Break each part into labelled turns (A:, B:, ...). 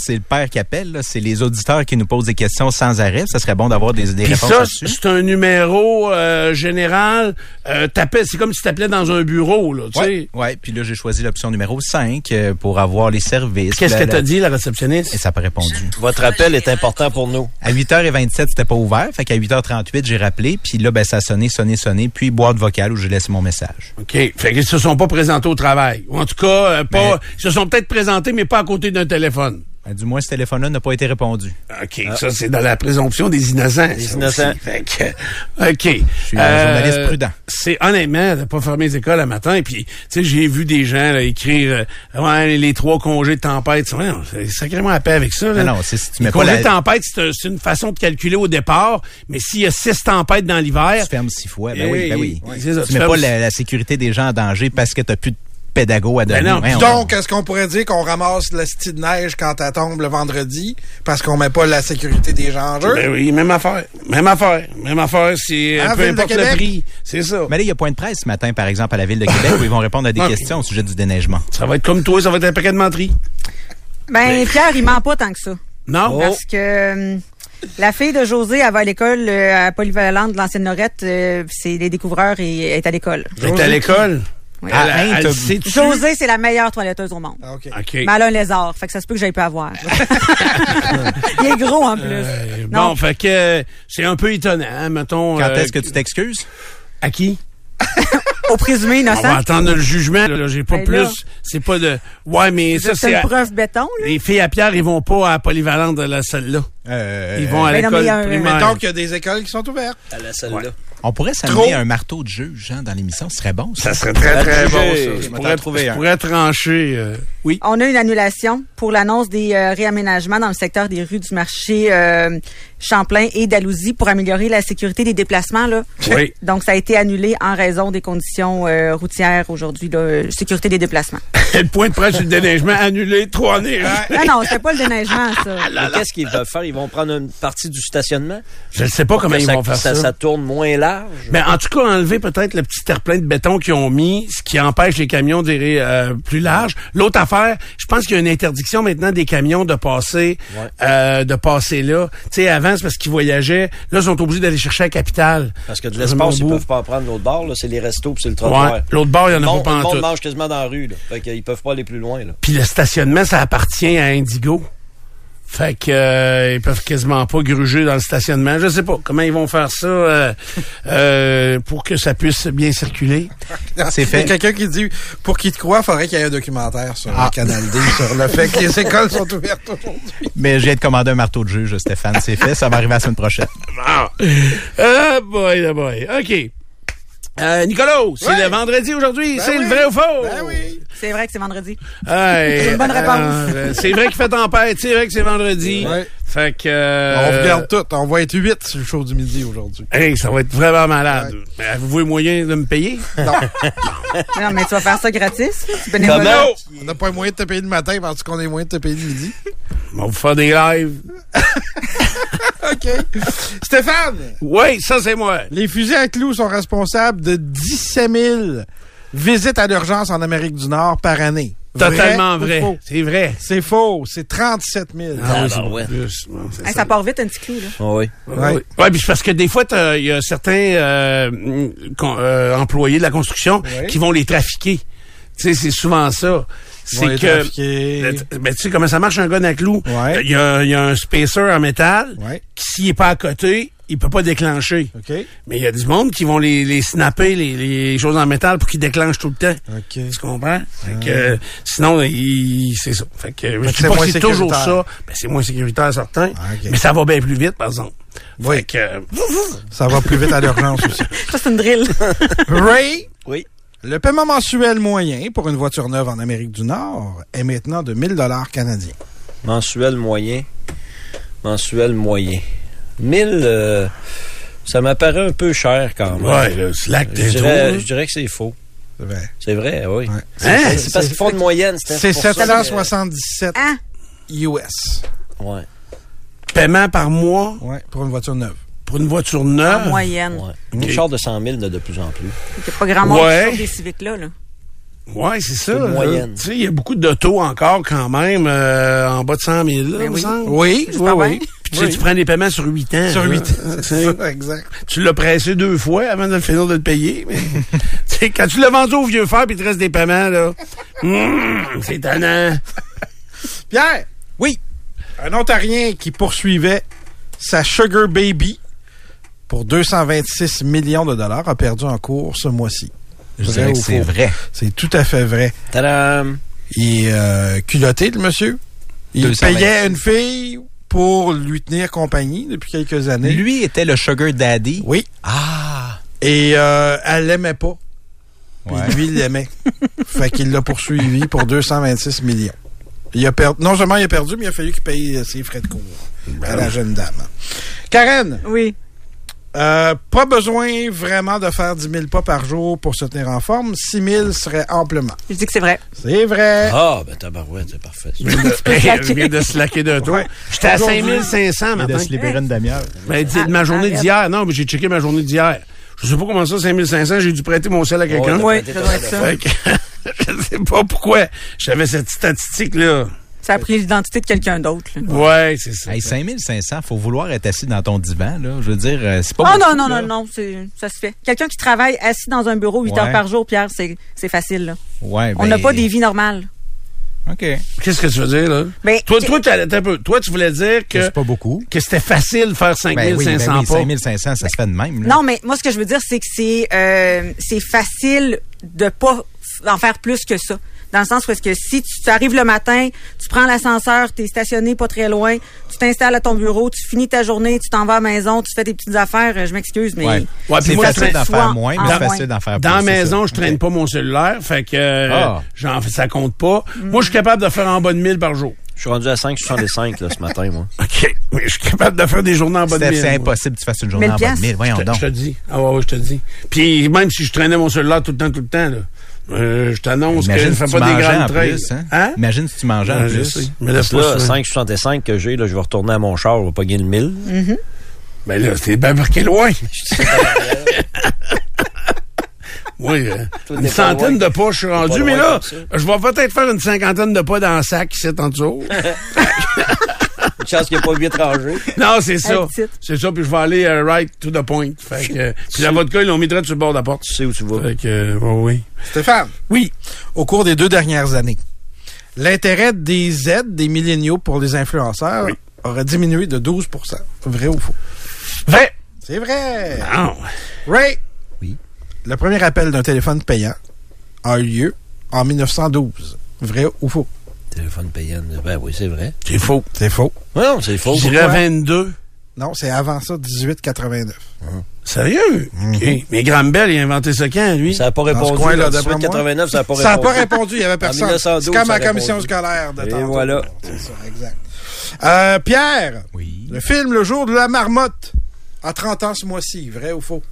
A: C'est le père qui appelle, c'est les auditeurs qui nous posent des questions sans arrêt. Ça serait bon d'avoir des, des
B: Puis
A: réponses
B: ça,
A: là-dessus.
B: c'est un numéro euh, général. Euh, t'appelles- c'est comme si t'appelais dans un bureau, là, tu
A: Ouais,
B: sais.
A: ouais, puis là, j'ai choisi l'option numéro 5 euh, pour avoir les services.
B: Qu'est-ce
A: Là,
B: que
A: là-
B: t'as dit, la
A: Et
B: réceptionniste?
A: ça n'a pas répondu.
C: Votre appel est important pour nous.
A: À 8h27, c'était pas ouvert. Fait qu'à 8h38, j'ai rappelé. Puis là, ben, ça a sonné, sonné, sonné. Puis boîte vocale où j'ai laissé mon message.
B: OK. Fait qu'ils se sont pas présentés au travail. Ou en tout cas, euh, pas,
A: Mais-
B: ils se sont peut-être présentés, mais pas à côté d'un téléphone.
A: Ben, du moins, ce téléphone-là n'a pas été répondu.
B: OK. Ça, c'est dans la présomption des innocents.
C: Des
B: ça
C: innocents.
B: aussi. Fait que, OK. Je
A: suis un journaliste prudent.
B: C'est honnêtement de pas fermer les écoles le matin. Puis, tu sais, j'ai vu des gens là, écrire euh, ouais, les trois congés de tempête. Ouais, non, C'est sacrément à paix avec ça. là.
A: Ah Non, non, c'est- si tu
B: Les
A: mets pas
B: congés
A: la-
B: de tempête, c'est un- c'est une façon de calculer au départ. Mais s'il y a six tempêtes dans l'hiver,
A: Tu fermes six fois. Ben
B: Eh
A: oui, ben
B: oui,
A: oui.
B: oui, c'est ça,
A: tu
B: tu
A: mets
B: fermes-
A: pas la, la sécurité des gens en danger parce que t'as plus de pédago à donner.
B: Ben non.
A: Voyons
D: Donc, est-ce qu'on pourrait dire qu'on ramasse le style de neige quand elle tombe le vendredi parce qu'on met pas la sécurité des gens en jeu?
B: Ben oui, même affaire. Même affaire. Même affaire, c'est euh,
A: Ah,
D: Hein,
B: peu
D: Ville de
B: importe le
D: Québec?
B: prix. C'est ça.
A: Mais là, il y a point de presse ce matin, par exemple, à la Ville de Québec, où ils vont répondre à des
B: Ok.
A: questions au sujet du déneigement.
B: Ça va être comme toi, ça va être un paquet de menteries.
E: Ben, Pierre, il ment pas tant que ça.
B: Non?
E: Parce que euh, la fille de José, elle va à l'école euh, à Polyvalente de l'ancienne Norette. euh, c'est les découvreurs et est à l'école.
B: Elle est à l'école.
E: Oui.
B: Elle-
A: Ah, hein,
B: elle
A: t'as-
B: sait-tu?
E: José, c'est la meilleure toiletteuse au monde.
D: Ah, OK.
B: OK.
E: Mais elle a un lézard, fait que ça se peut que j'aille pas avoir. il est gros en plus.
B: Euh,
E: non,
B: Bon, fait que euh, c'est un peu étonnant, hein, mettons.
A: Quand
B: euh,
A: est-ce que tu t'excuses?
B: À qui?
E: au présumé
B: On va
E: innocent.
B: attendre le jugement. Là, j'ai pas
E: Ben
B: plus.
E: là.
B: C'est pas de. Ouais, mais ça,
E: C'est
B: c'est.
E: une
B: à-
E: preuve béton, là.
B: Les filles à Pierre, ils vont pas à la polyvalente de la salle-là.
A: Euh,
B: Ils vont à
E: Ben non, mais
B: l'école
E: il y a un-
B: primaire.
D: Mettons qu'il y a des écoles qui sont ouvertes.
C: À la salle-là.
A: on pourrait
D: Trop.
A: s'amener un marteau de juge hein, dans l'émission, ce serait bon. Ça,
D: serait très,
C: très bon, ça.
B: Je
A: m'en
B: pourrais,
A: trouver
B: je
A: un.
B: pourrais trancher. euh, oui.
E: On a une annulation pour l'annonce des euh, réaménagements dans le secteur des rues du marché euh, Champlain et d'Alousie pour améliorer la sécurité des déplacements. Là.
B: Oui.
E: Donc, ça a été annulé en raison des conditions euh, routières aujourd'hui, là, euh, sécurité des déplacements.
B: le point de presse du déneigement annulé, trois neiges.
E: non, non, c'était pas le déneigement, ça.
B: Ah,
C: Mais qu'est-ce qu'ils veulent faire? Ils vont prendre une partie du stationnement?
B: Je ne sais pas comment
C: Que
B: ils
C: ça,
B: vont faire ça.
C: ça. tourne moins large?
B: Mais Ben, en tout cas, enlever peut-être le petit terre-plein de béton qu'ils ont mis, ce qui empêche les camions d'aller euh, plus large. L'autre affaire, je pense qu'il y a une interdiction maintenant des camions de passer,
C: Ouais.
B: euh, de passer là. Tu sais, avant, c'est parce qu'ils voyageaient. Là, ils sont obligés d'aller chercher la capitale.
C: Parce que de
B: Vraiment
C: l'espace, ils
B: beau.
C: peuvent pas en prendre l'autre bord. là. C'est les restos puis c'est le trottoir.
B: Ouais. L'autre bord, il y en a
C: Bon,
B: pas
C: le
B: en
C: monde
B: tout.
C: mange quasiment dans la rue. Là. Fait qu'ils peuvent pas aller plus loin. Là.
B: Puis le stationnement, ça appartient à Indigo. Fait que euh, ils peuvent quasiment pas gruger dans le stationnement. Je sais pas comment ils vont faire ça euh, euh, pour que ça puisse bien circuler.
A: C'est
D: Il y
A: fait. Ah.
D: a quelqu'un qui dit, pour qu'il te croit, faudrait qu'il y ait un documentaire sur le Canal D, sur le fait que les écoles sont ouvertes aujourd'hui.
A: Mais je viens de commander un marteau de juge, Stéphane. C'est fait. Ça va arriver la semaine prochaine.
B: Ah, Ah, boy, ah boy. OK. Euh, Nicolas, c'est
D: Ouais.
B: le vendredi aujourd'hui.
D: Ben
B: c'est le
D: oui.
B: vrai ou faux?
D: Ben oui.
E: C'est vrai que c'est vendredi.
B: Hey,
E: C'est une bonne réponse.
B: euh, c'est vrai qu'il fait tempête. C'est vrai que c'est vendredi.
D: Ouais.
B: Fait que...
D: On
B: euh,
D: regarde tout. On va être huit sur le show du midi aujourd'hui.
B: Hey, ça va être vraiment malade. Mais Avez-vous les moyens de me payer?
E: Non, mais tu vas faire ça gratis, là, tu bénévoles.
C: Comment?
D: On n'a pas moyen de te payer le matin parce qu'on est moyen de te payer le midi.
B: On va vous faire des lives.
D: OK. Stéphane,
B: Oui, ça, c'est moi.
D: les fusées à clous sont responsables de 17 000 visites à l'urgence en Amérique du Nord par année. Vrai
B: Totalement
D: ou
B: vrai.
D: faux?
B: C'est vrai.
D: C'est faux. C'est 37 000.
C: Ah,
B: oui, c'est
C: ben
B: beaucoup
C: ouais.
B: plus. Non, c'est
E: Hey,
B: ça.
E: ça part vite un petit clou, là.
C: Ah oui.
D: Ouais.
B: Oui, ouais, puis c'est parce que des fois, t'as- il y a certains euh, mm, con- euh, employés de la construction
D: Ouais.
B: qui vont les trafiquer. Tu sais, c'est souvent ça.
D: Ils vont
B: C'est
D: les
B: que...
D: trafiquer.
B: Mais tu sais comment ça marche un gun à clou?
D: Ouais.
B: Il y, a, il y a un spacer en métal
D: Ouais.
B: qui, s'il est pas à côté, il peut pas déclencher.
D: OK.
B: Mais il y a du monde qui vont les, les snapper, les, les choses en métal pour qu'ils déclenchent tout le temps.
D: OK. Ah.
B: Tu comprends? Fait que, euh, sinon, il- c'est ça. Fait que, je
D: c'est
B: dis pas
D: moins
B: que c'est toujours ça.
D: sécuritaire.
B: Ben, c'est moins sécuritaire, certain.
D: Ah, ok.
B: Mais ça va bien plus vite, par exemple.
D: Oui.
B: Fait que, euh,
D: Ça va plus vite à l'urgence aussi.
E: Ça, c'est une drill.
D: Ray,
C: Oui.
D: le paiement mensuel moyen pour une voiture neuve en Amérique du Nord est maintenant de 1000 dollars canadiens.
C: Mensuel moyen. Mensuel moyen. 1000, euh, ça m'apparaît un peu cher quand même.
B: euh, Ouais, ben, le slack
C: je,
B: des
C: dirais,
B: trous.
C: je dirais que c'est faux.
D: C'est vrai.
C: C'est vrai, oui.
D: Ouais.
B: Hein?
C: C'est parce qu'ils font une moyenne, Steph,
D: C'est
C: pour ça,
D: 777
E: Hein?
D: US.
C: mais- Ouais.
B: Paiement par mois
D: Ouais, pour une voiture neuve.
B: pour une voiture
E: En
B: neuve.
E: moyenne.
C: Ouais. Les chars de 100 000 il y en a de plus en plus.
E: Il n'y a pas grand monde
B: Ouais.
E: qui chauffe des civiques-là. Là.
B: Ouais, c'est ça.
C: une
B: là.
C: moyenne.
B: Tu sais, il y a beaucoup d'autos encore quand même euh, en bas de 100 000, là,
E: Ben
B: me
E: oui.
B: semble.
D: Oui.
B: Oui,
E: pas
B: oui.
E: bien.
B: Puis tu sais,
C: Oui.
B: tu prends des paiements sur 8 ans.
D: Sur
B: là.
D: 8 ans.
B: C'est ça.
D: C'est ça, exact.
B: Tu l'as pressé deux fois avant de finir de le payer. Mais, tu sais, quand tu l'as vendu au vieux fer puis il te reste des paiements, là, mm, c'est étonnant.
D: Pierre! Oui! Un Ontarien qui poursuivait sa Sugar Baby pour 226 millions de dollars a perdu en cours ce mois-ci.
A: Je
D: Vrai
A: dirais que
D: ou
A: c'est
D: faux?
A: vrai.
D: C'est tout à fait vrai.
C: Tadam!
D: Il est euh, culotté, le monsieur. Il
A: 226.
D: payait une fille pour lui tenir compagnie depuis quelques années.
A: Lui était le sugar daddy.
D: Oui.
A: Ah!
D: Et euh, elle l'aimait pas. Puis
A: Ouais.
D: lui, il l'aimait. fait qu'il l'a poursuivi pour 226 millions. Il a perdu. Non seulement il a perdu, mais il a fallu qu'il paye euh, ses frais de cours à la jeune dame. Karen,
E: Oui.
D: euh, pas besoin vraiment de faire 10 000 pas par jour pour se tenir en forme. 6 000 serait amplement.
E: Je dis que c'est vrai.
D: C'est vrai.
C: Ah, ben tabarouette, c'est parfait. ça.
E: slacker.
B: je viens de slacker d'un tour.
D: Ouais.
B: J'étais à
D: Aujourd'hui,
B: 5500
F: Et de
B: maintenant.
F: se libérer une demi-heure.
B: Ben, dis- de ma journée
E: Arrête.
B: d'hier. Non, mais j'ai checké ma journée d'hier. Je sais pas comment ça, 5500, j'ai dû prêter mon sel à quelqu'un.
C: Ouais,
E: Oui, ça doit être
A: hein.
E: ça.
B: Fait que, je sais pas pourquoi j'avais cette statistique-là.
E: Ça a pris l'identité de quelqu'un d'autre. là.
B: Ouais, c'est ça.
A: Hey, 5500, faut vouloir être assis dans ton divan, là. Je veux dire, euh, c'est pas
E: Oh non,
A: beaucoup,
E: non,
A: là.
E: non, non, c'est- ça se fait. Quelqu'un qui travaille assis dans un bureau 8
A: Ouais.
E: heures par jour, Pierre, c'est c'est facile. là.
A: Ouais,
E: On
A: ben,
E: n'a pas des vies normales.
A: OK.
B: Qu'est-ce que tu veux dire, là?
E: Ben,
B: toi,
E: que-
B: toi, t'as- t'as un peu. toi, tu voulais dire que,
F: C'est pas beaucoup.
B: que c'était facile de faire 5500
A: Ben oui, ben oui,
B: pas.
A: 5500, ça se fait de même, là.
E: Non, mais moi, ce que je veux dire, c'est que c'est euh, c'est facile de pas f- en faire plus que ça. Dans le sens où est-ce que si tu, tu arrives le matin, tu prends l'ascenseur, tu es stationné pas très loin, tu t'installes à ton bureau, tu finis ta journée, tu t'en vas à la maison, tu fais tes petites affaires, euh, je m'excuse, mais...
A: Ouais.
B: Ouais, puis
A: c'est
B: moi,
A: facile
B: je
A: d'en
E: fais
A: faire
E: soit
A: moins,
E: en
A: mais c'est
E: moins.
A: facile d'en faire
B: Dans la
A: plus, c'est
B: maison,
A: ça.
B: je traîne pas mon cellulaire, fait que euh,
A: Ah.
B: j'en fais- ça compte pas. Moi, je suis capable de faire en bas de 1000 par jour.
C: Je suis rendu à 5,65 là, ce matin, moi.
B: OK. Mais je suis capable de faire des journées en bas de
A: Steph,
B: 1000.
A: c'est
B: moi.
A: impossible que tu fasses une journée
E: Mille
A: en bas de
E: piastres.
A: mille. Voyons
B: Je te-
A: donc.
B: je te dis. Ah ouais, ouais, je te dis. Puis même si je traînais mon cellulaire tout le temps, tout le temps, là, euh, je t'annonce que je
A: Imagine
B: fais
A: si tu
B: pas des
A: mangeais en
B: grandes trails.
A: plus, hein? Imagine si tu mangeais en
B: Ah, je sais.
A: plus.
B: Mais là,
C: Parce que là,
B: pas ça.
C: 5,65 que j'ai, là, je vais retourner à mon char, je vais pogner le 1000.
B: Ben là, c'est bien marqué loin. oui, euh,
C: t'es
B: une
C: pas
B: centaine
C: loin.
B: de pas, je suis rendu,
C: loin
B: mais là,
C: comme
B: je vais peut-être faire une cinquantaine de pas dans le sac ici, en dessous.
C: Une chance qu'il n'y a pas 8 rangées.
B: non, c'est ça.
E: Elle petite.
B: C'est ça, puis je vais aller euh, right to the point. Fait que, euh, puis la vodka, ils l'ont mis direct sur le bord de la porte.
C: Tu sais où tu vas.
B: Fait que, euh, ouais, oui.
D: Stéphane.
B: Oui.
D: Au cours des deux dernières années, l'intérêt des aides des milléniaux pour les influenceurs
B: Oui.
D: aurait diminué de 12 Vrai ou faux?
B: Vrai.
D: C'est vrai!
B: Non.
D: Ray!
C: Oui.
D: Le premier appel d'un téléphone payant a eu lieu en 1912. Vrai ou faux?
C: Téléphone payant. Ben oui, c'est vrai.
B: C'est faux.
D: C'est faux.
C: Ouais, non, c'est faux.
B: J'irais 22.
D: Non, c'est avant ça, 1889.
B: Sérieux?
D: Mhm.
B: OK. Mais Graham Bell, il a inventé ça quand, lui?
C: Ça n'a pas
D: ce
C: répondu.
D: coin-là,
C: là,
D: d'après
C: 1889, ça n'a pas
D: Ça n'a
C: répondu.
D: pas répondu, il n'y avait personne.
C: 1912,
D: C'est comme
C: ça
D: la
C: a
D: commission
C: répondu.
D: scolaire de
C: Et
D: tantôt.
C: voilà.
D: C'est ça, exact. Euh, Pierre,
A: Oui.
D: le film Le jour de la marmotte à 30 ans ce mois-ci. Vrai ou faux?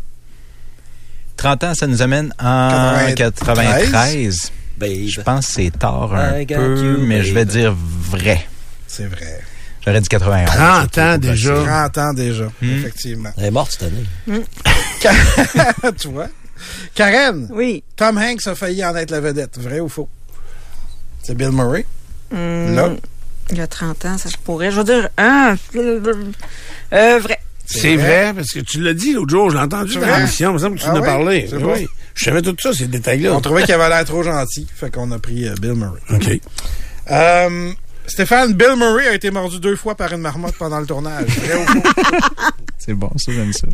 A: 30 ans, ça nous amène en
D: 93.
A: 93.
C: Babe.
A: Je pense que c'est tard un
C: I got
A: peu,
C: you,
A: mais je vais
C: babe.
A: dire vrai.
D: C'est vrai.
A: J'aurais dit 91.
B: 30 ans déjà.
D: 30 ans déjà, effectivement.
C: Elle est morte cette année.
D: tu vois? Karen,
E: Oui.
D: Tom Hanks a failli en être la vedette. Vrai ou faux? C'est Bill Murray. Là,
E: Hum, Il y a 30 ans, ça se pourrait. Je veux dire, hein, euh, vrai.
B: C'est vrai, parce que tu l'as dit l'autre jour, je l'ai entendu
D: C'est
B: dans
D: vrai?
B: l'émission, il me semble que tu
D: Ah
B: en as
D: oui?
B: parlé.
D: C'est
B: Oui.
D: bon.
B: Je savais tout ça, ces détails-là.
D: on trouvait qu'il avait l'air trop gentil, fait qu'on a pris euh, Bill Murray.
B: OK.
D: Euh, Stéphane, Bill Murray a été mordu deux fois par une marmotte pendant le tournage. Vrai ou faux?
A: C'est bon, ça, j'aime ça.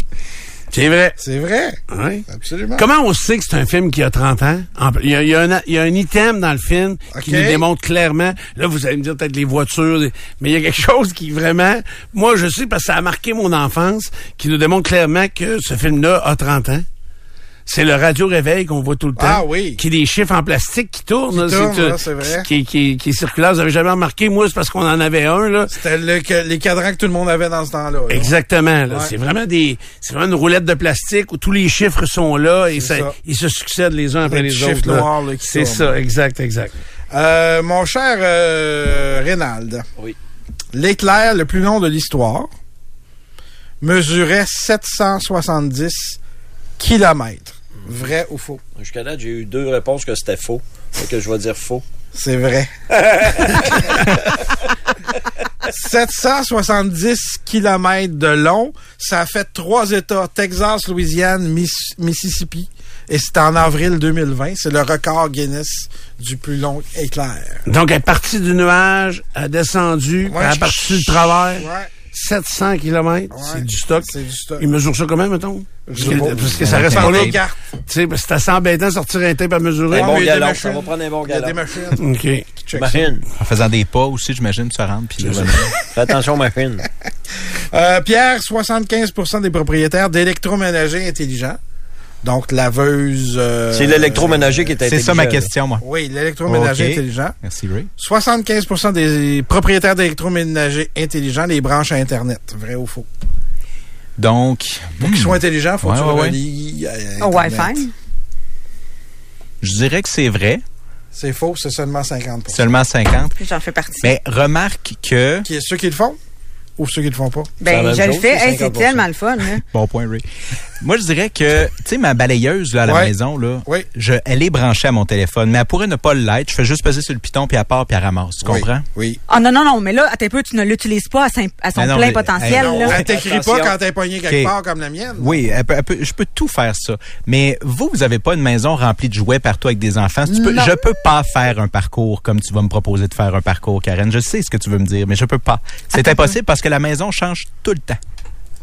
B: C'est vrai.
D: C'est vrai,
B: Ouais.
D: absolument.
B: Comment on sait que c'est un film qui a 30 ans? En- Il y a, il y a un, il y a un item dans le film qui
D: OK.
B: nous démontre clairement. Là, vous allez me dire peut-être les voitures, les- mais il y a quelque chose qui vraiment... Moi, je sais parce que ça a marqué mon enfance, qui nous démontre clairement que ce film-là a 30 ans. c'est le radio réveil qu'on voit tout le temps.
D: Ah oui.
B: Qui est des chiffres en plastique qui tournent. là,
D: tournent,
B: euh,
D: là, c'est vrai.
B: Qui, qui, qui est circulaire. Vous avez jamais remarqué, moi, c'est parce qu'on en avait un, là.
D: C'était le- que- les cadrans que tout le monde avait dans ce temps-là. là.
B: Exactement. là.
D: Ouais.
B: C'est vraiment des, c'est vraiment une roulette de plastique où tous les chiffres sont là et ça,
D: C'est ça.
B: ils se succèdent les uns après
D: Les
B: les,
D: petits
B: autres.
D: chiffres
B: là.
D: noirs, là, qui
B: c'est
D: tournent.
B: ça, exact, exact.
D: Euh, mon cher euh, Reynald.
C: Oui.
D: L'éclair le plus long de l'histoire mesurait 770 kilomètres. Vrai ou faux?
C: Jusqu'à là, j'ai eu deux réponses que c'était faux. Fait que je vais dire faux.
D: C'est vrai. 770 kilomètres de long. Ça a fait trois États, Texas, Louisiane, Miss- Mississippi. Et c'était en avril 2020. C'est le record Guinness du plus long éclair.
B: Donc, elle est partie du nuage, elle a descendu,
D: Ouais,
B: elle est
D: je-
B: partie du travers.
D: Ouais.
B: 700 km,
D: Ouais,
B: c'est du stock.
D: c'est du stock.
B: Ils mesurent ça comment, mettons? Parce
D: sais
B: que,
D: pas.
B: parce que ça reste
D: Par
B: en
D: les
B: ligne. Tu
D: cartes.
B: sais, parce que c'est assez embêtant de sortir un tape à mesurer.
C: Un bon
D: mais il y a des
C: galop.
D: machines.
C: Ça va prendre un bon
D: Il y a
C: galop.
D: des machines.
B: OK.
D: Check ça.
C: Machine.
A: En faisant des pas aussi, j'imagine, se rendre. Puis là,
C: Fais attention, machine.
D: Euh, Pierre, 75 des propriétaires d'électroménagers intelligents. Donc, laveuse. euh,
C: C'est l'électroménager qui est
A: c'est ça ma
C: intelligent, là.
A: question, moi.
D: Oui, l'électroménager
A: Ok.
D: intelligent.
A: Merci, Ray.
D: 75 des propriétaires d'électroménagers intelligents les branchent à Internet. Vrai ou faux?
A: Donc,
D: Pour qu'ils
A: hmm,
D: soient intelligents, faut
A: Ouais,
D: que tu
A: ouais,
D: le
A: ouais.
D: relies à Internet.
E: Au Wi-Fi.
A: je dirais que c'est vrai.
D: C'est faux, c'est seulement 50
A: Seulement 50.
E: J'en fais partie.
A: Mais remarque que...
D: Qui est ceux qui le font ou ceux qui le font pas?
C: C'est la
E: ben,
C: même
E: je le
C: chose,
E: fais.
C: c'est
E: Hey, c'est
C: 50%.
E: tellement le fun. Hein.
A: Bon point, Ray. Moi, je dirais que, tu sais, ma balayeuse là, à la
D: Ouais.
A: maison, là,
D: Oui.
A: je, elle est branchée à mon téléphone, mais elle pourrait ne pas l'être. Je fais juste peser sur le piton, puis elle part, puis elle ramasse. Tu comprends?
D: Oui.
E: Ah non, non, non, mais là, attends un peu, tu ne l'utilises pas à, son- à son
A: Mais non,
E: plein
A: mais-
E: potentiel.
A: hey,
D: Non,
E: là.
D: elle t'écrit
C: Attention.
D: pas quand t'es pogné quelque
A: Ok.
D: part comme la mienne.
A: Oui, elle peut- elle peut- je peux tout faire ça. Mais vous, vous avez pas une maison remplie de jouets partout avec des enfants. Tu peux,
D: Non.
A: je peux pas faire un parcours comme tu vas me proposer de faire un parcours, Karen. Je sais ce que tu veux me dire, mais je peux pas. C'est impossible parce que la maison change tout le temps.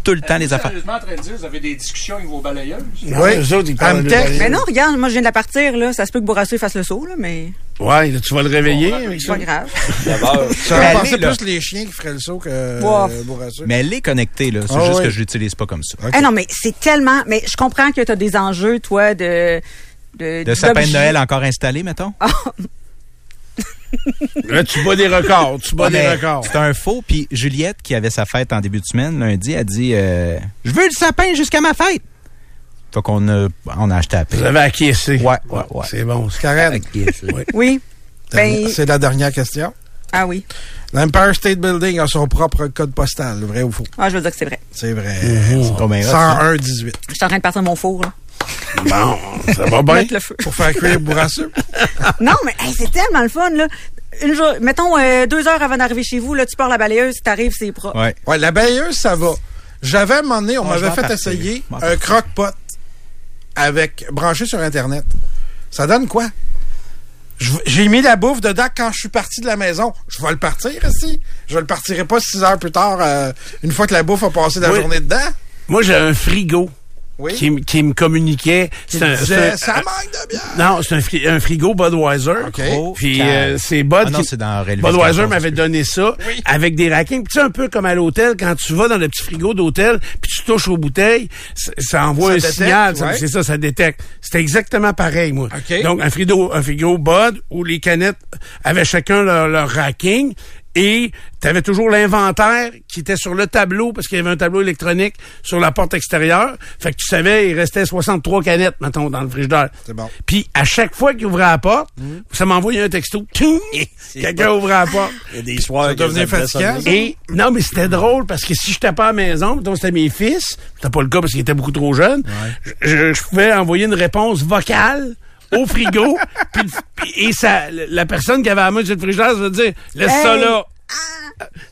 A: Tout le temps, les affaires.
F: Sérieusement, en train de dire, vous avez des discussions avec vos balayeuses?
D: Oui.
B: eux autres, ils parlent
D: Elle me
B: de
D: texte.
B: leur-
E: Mais Ben non, regarde, moi, je viens de la partir, là. Ça se peut que Bourassa fasse le saut, là, mais
B: Ouais, là, tu vas le réveiller avec
E: c'est
B: ça.
E: pas grave.
C: D'abord,
D: J'aurais
A: Elle
D: pensé
A: est, là.
D: plus les chiens qui feraient le saut que
E: Ouah.
D: euh, Bourassa.
A: Mais elle est connectée, là. C'est
D: Ah
A: juste
D: oui.
A: que je l'utilise pas comme ça.
E: Hey, Eh non, mais c'est tellement. Mais je comprends que tu as des enjeux, toi, de. De,
A: De sapin de
E: d'objets.
A: Noël encore installé, mettons?
B: Là, tu bats des records, tu bats
A: Ouais,
B: des
A: mais
B: records.
A: C'est un faux. Puis Juliette, qui avait sa fête en début de semaine, lundi, a dit euh, Je veux le sapin jusqu'à ma fête. Fait qu'on a, on a acheté à
B: Vous
A: paix.
B: avez acquiescé.
A: Ouais, ouais, ouais.
B: C'est bon, ça.
D: Karen,
E: Oui. Ben,
D: c'est la dernière question.
E: ah oui.
D: L'Empire State Building a son propre code postal. Vrai ou faux?
E: Ah, je veux dire que c'est vrai.
D: C'est vrai.
A: Mm-hmm. C'est combien, ça?
D: 101-18.
E: Je suis en train de partir mon four, là.
B: Bon, ça va bien.
E: Mettre le feu.
D: Pour faire cuire Bourassa.
E: non, mais hey, c'est tellement le fun, là. Une jour, mettons, euh, deux heures avant d'arriver chez vous, là, tu pars la balayeuse, t'arrives, c'est propre.
A: Ouais.
D: Ouais, la balayeuse, ça va. J'avais à un moment donné, on
A: Ah, je
D: m'avait
A: vais en
D: fait
A: partir.
D: essayer
A: Je vais en
D: un
A: partir.
D: croque-pot avec branché sur Internet. Ça donne quoi? Je v- J'ai mis la bouffe dedans quand je suis parti de la maison. Je vais le partir ici. Je le partirai pas six heures plus tard, euh, une fois que la bouffe a passé la
B: Oui.
D: journée dedans.
B: Moi, j'ai un frigo
D: Oui.
B: qui, m- qui me communiquait. C'est un,
D: Disais,
B: c'est
D: ça
B: un-
D: manque de bière.
B: Non, c'est un, fri- un frigo Budweiser.
D: OK.
A: Oh,
B: Puis
A: calme.
B: euh, c'est Bud
A: Ah non,
B: qui-
A: c'est dans Relevé
B: Budweiser
A: 14,
B: m'avait
A: excuse.
B: donné ça
D: Oui.
B: avec des rackings. Tu sais, un peu comme à l'hôtel, quand tu vas dans le petit frigo d'hôtel, puis tu touches aux bouteilles, ça, ça envoie
D: Ça
B: un
D: détecte,
B: signal. ça-
D: ouais.
B: C'est ça, ça détecte. C'était exactement pareil, moi.
D: OK.
B: Donc, un frigo, un frigo Bud où les canettes avaient chacun leur, leur racking. Et tu avais toujours l'inventaire qui était sur le tableau, parce qu'il y avait un tableau électronique sur la porte extérieure. Fait que tu savais, il restait 63 canettes, mettons, dans le frigidaire.
D: C'est bon. Mm.
B: Puis à chaque fois qu'il ouvrait la porte, ça m'envoyait un texto. Ting! Quelqu'un ouvrait la porte.
C: il y a des soirs.
D: Ça
C: que
D: devenait
C: me fait ça.
D: fatigant.
B: Et non, mais c'était drôle parce que si j'étais pas à la maison, mettons, c'était mes fils, c'était pas le cas parce qu'ils étaient beaucoup trop jeunes, je, je pouvais envoyer une réponse vocale au frigo, puis le- puis- et ça, la personne qui avait la main sur le frigidaire, ça veut dire laisse ça
E: Hey!
B: là.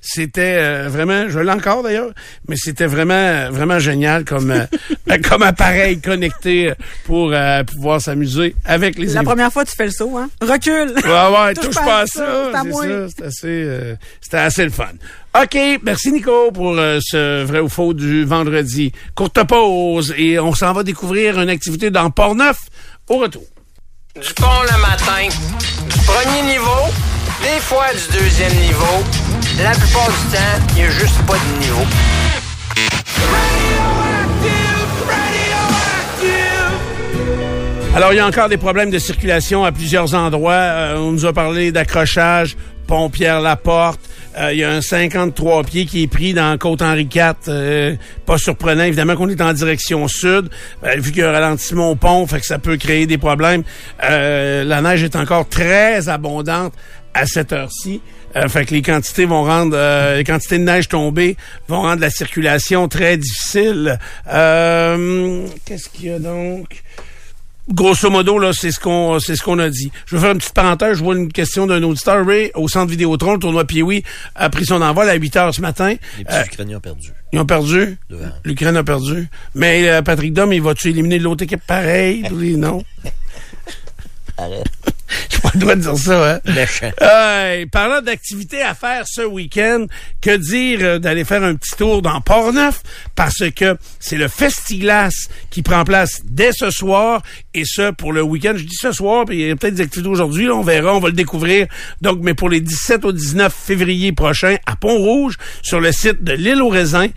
B: C'était euh, vraiment, je l'ai encore d'ailleurs, mais c'était vraiment, vraiment génial comme, euh, comme appareil connecté pour euh, pouvoir s'amuser avec les
E: La
B: invités.
E: première fois, tu fais le saut, hein. Recule.
B: Ouais, ouais, touche pas à ça.
E: c'est à
B: C'est
E: moi.
B: ça, c'est assez, euh, c'était assez le fun. OK, merci Nico pour euh, ce vrai ou faux du vendredi. Courte pause et on s'en va découvrir une activité dans Port-Neuf. Au retour.
G: du pont le matin, du premier niveau, des fois du deuxième niveau. La plupart du temps, il n'y a juste pas de niveau.
B: Alors, il y a encore des problèmes de circulation à plusieurs endroits. Euh, on nous a parlé d'accrochage, pompière la porte. Euh, il y a un 53 pieds qui est pris dans Côte-Henri IV. Euh, pas surprenant, évidemment, qu'on est en direction sud. Euh, vu qu'il y a un ralentissement au pont, fait que ça peut créer des problèmes. Euh, la neige est encore très abondante à cette heure-ci. Euh, fait que les quantités vont rendre euh, les quantités de neige tombée vont rendre la circulation très difficile. Euh, Qu'est-ce qu'il y a donc? Grosso modo, là, c'est ce qu'on euh, c'est ce qu'on a dit. Je vais faire une petite parenthèse. Je vois une question d'un auditeur. Ray, au centre Vidéotron, le tournoi Pioui a pris son envol à 8 heures ce matin.
C: Les
B: Euh,
C: petits Ukrainiens ont perdu.
B: ils ont perdu.
C: Deux à un.
B: L'Ukraine a perdu. Mais euh, Patrick Dom, il va-tu éliminer l'autre équipe pareil? Oui, non.
C: Arrête.
B: J'ai pas le droit de dire ça, hein?
C: Méchant.
B: Euh, parlant d'activités à faire ce week-end, que dire euh, d'aller faire un petit tour dans Port-Neuf? Parce que c'est le Festiglas qui prend place dès ce soir, et ce, pour le week-end. Je dis ce soir, puis il y a peut-être des activités aujourd'hui, là, on verra, on va le découvrir. Donc, mais pour les 17 au 19 février prochain, à Pont-Rouge, sur le site de l'île aux raisins,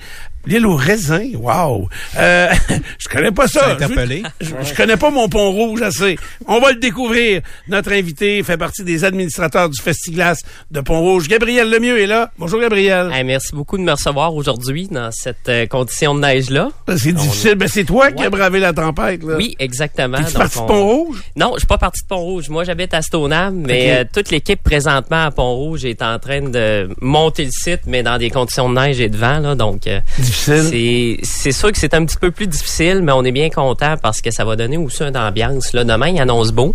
B: L'île aux raisins, wow. Euh, je connais pas ça.
A: interpellé.
B: Je, je connais pas mon pont rouge assez. On va le découvrir. Notre invité fait partie des administrateurs du Festiglas de Pont Rouge. Gabriel Lemieux est là. Bonjour Gabriel.
H: Hey, merci beaucoup de me recevoir aujourd'hui dans cette euh, condition de neige-là.
B: C'est difficile. Ben, c'est toi qui as bravé la tempête. Là.
H: Oui, Ben, exactement.
B: T'es-tu
H: Donc,
B: parti de
H: on-
B: Pont-Rouge?
H: euh, Non, je suis pas parti de Pont-Rouge. Moi, j'habite à Stoneham, mais
B: Ok.
H: euh, toute l'équipe présentement à Pont-Rouge est en train de monter le site, mais dans des conditions de neige et de vent. Là, donc, euh,
B: Difficile.
H: c'est c'est sûr que c'est un petit peu plus difficile, mais on est bien content parce que ça va donner aussi une ambiance. Là, demain, il annonce beau.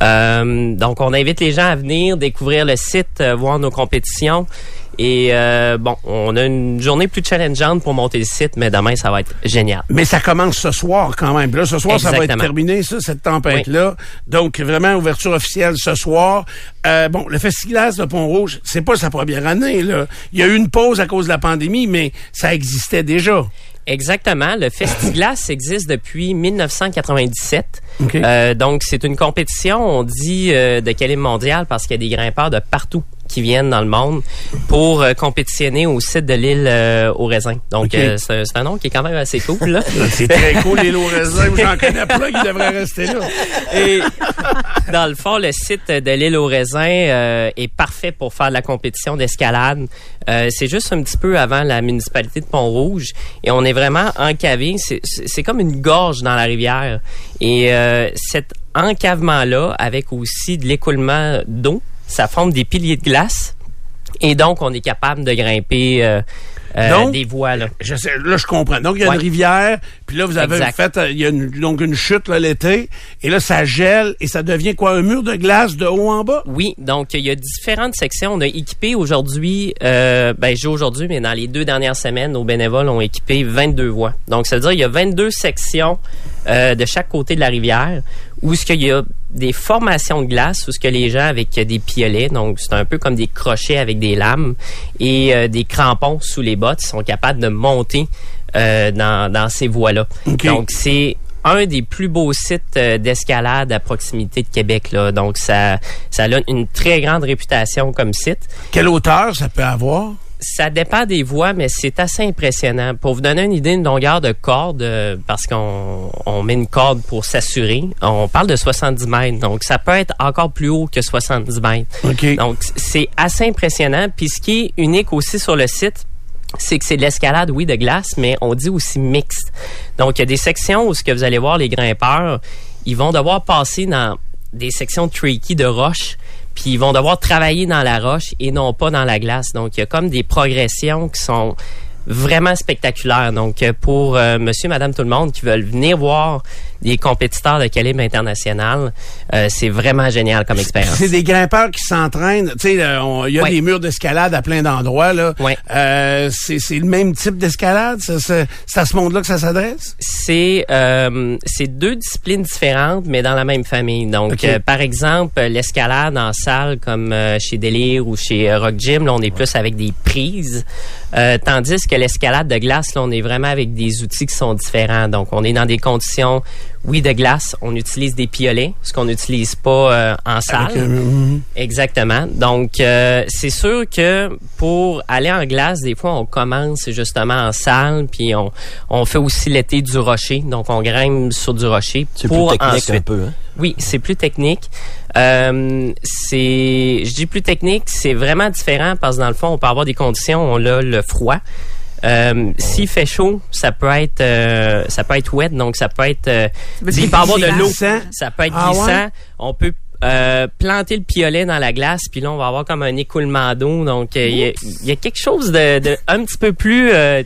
H: Euh, donc, on invite les gens à venir découvrir le site, euh, voir nos compétitions. Et euh, bon, on a une journée plus challengeante pour monter le site, mais demain, ça va être génial.
B: Mais ça commence ce soir quand même. Là, ce soir, ça va être
H: Exactement.
B: terminé, ça, cette tempête-là. Donc, vraiment, ouverture officielle ce soir. Euh, bon, le Festiglas de Pont-Rouge, c'est pas sa première année. Là. Il y a eu une pause à cause de la pandémie, mais ça existait déjà.
H: Exactement. Le Festiglas existe depuis 1997.
B: OK.
H: Euh, donc, c'est une compétition, on dit, euh, de calibre mondial parce qu'il y a des grimpeurs de partout qui viennent dans le monde pour euh, compétitionner au site de l'île euh, aux raisins. Donc,
B: OK.
H: euh, c'est un- c'est un nom qui est quand même assez cool. Là.
B: C'est très cool, les lourds raisins. J'en connais plein qui devraient rester là.
H: Et dans le fond, le site de l'île aux raisins euh, est parfait pour faire de la compétition d'escalade. Euh, c'est juste un petit peu avant la municipalité de Pont-Rouge et on est vraiment encavé. C'est- C'est c'est comme une gorge dans la rivière. Et euh, cet encavement-là, avec aussi de l'écoulement d'eau, ça forme des piliers de glace. Et donc, on est capable de grimper euh, euh,
B: Donc,
H: des voies. Là.
B: Je sais, là, je comprends. Donc, il y a
H: Ouais.
B: une rivière, puis là, vous avez
H: Exact.
B: fait, euh, il y a une, donc une chute là, l'été, et là, ça gèle, et ça devient quoi? Un mur de glace de haut en bas?
H: Oui, donc il y a différentes sections. On a équipé aujourd'hui, euh, ben j'ai aujourd'hui, mais dans les deux dernières semaines, nos bénévoles ont équipé 22 voies. Donc ça veut dire qu'il y a 22 sections euh, de chaque côté de la rivière où ce qu'il y a des formations de glace, où ce que les gens avec euh, des piolets, donc c'est un peu comme des crochets avec des lames et euh, des crampons sous les bottes, sont capables de monter euh, dans, dans ces voies-là.
B: OK.
H: Donc c'est un des plus beaux sites euh, d'escalade à proximité de Québec. Là. Donc, ça, ça a une très grande réputation comme site.
B: Quelle hauteur ça peut avoir?
H: Ça dépend des voies, mais c'est assez impressionnant. Pour vous donner une idée, une longueur de corde, euh, parce qu'on on met une corde pour s'assurer, on parle de 70 mètres. Donc, ça peut être encore plus haut que 70 mètres.
B: OK.
H: Donc, c'est assez impressionnant. Puis, ce qui est unique aussi sur le site, c'est que c'est de l'escalade, oui, de glace, mais on dit aussi mixte. Donc, il y a des sections où ce que vous allez voir, les grimpeurs, ils vont devoir passer dans des sections tricky de roches, puis ils vont devoir travailler dans la roche et non pas dans la glace. Donc, il y a comme des progressions qui sont vraiment spectaculaires. Donc, euh, pour euh, monsieur, madame, tout le monde qui veulent venir voir des compétiteurs de calibre international, euh, c'est vraiment génial comme expérience.
B: C'est des grimpeurs qui s'entraînent. Tu sais, là, on- il y a
H: Ouais.
B: des murs d'escalade à plein d'endroits, là.
H: Ouais.
B: Euh, c'est c'est le même type d'escalade? Ça- ça- C'est à ce monde-là que ça s'adresse?
H: c'est euh, c'est deux disciplines différentes, mais dans la même famille. Donc,
B: Ok.
H: euh, par exemple, euh, l'escalade en salle, comme euh, chez Délire ou chez euh, Rock Gym, là, on est plus avec des prises, Euh, tandis que l'escalade de glace, là, on est vraiment avec des outils qui sont différents. Donc, on est dans des conditions Oui, de glace, on utilise des piolets, ce qu'on n'utilise pas euh, en salle.
B: Avec, euh, mhm.
H: Exactement. Donc, euh, c'est sûr que pour aller en glace, des fois, on commence justement en salle, puis on, on fait aussi l'été du rocher. Donc, on grimpe sur du rocher
C: C'est plus
H: pour
C: technique
H: ensuite-
C: un peu. Hein?
H: oui, c'est plus technique. Euh, c'est, je dis plus technique, c'est vraiment différent parce que dans le fond, on peut avoir des conditions, où on a le froid. Euh, S'il fait chaud, ça peut être, euh, ça peut être wet, donc ça peut être, euh,
E: peut
H: il
E: être
H: peut avoir de l'eau,
B: glissant.
H: ça peut être
B: Ah
H: glissant.
B: ouais?
H: On peut euh, planter le piolet dans la glace, puis là on va avoir comme un écoulement d'eau, donc euh, il y, a- il y a quelque chose de, de un petit peu plus euh,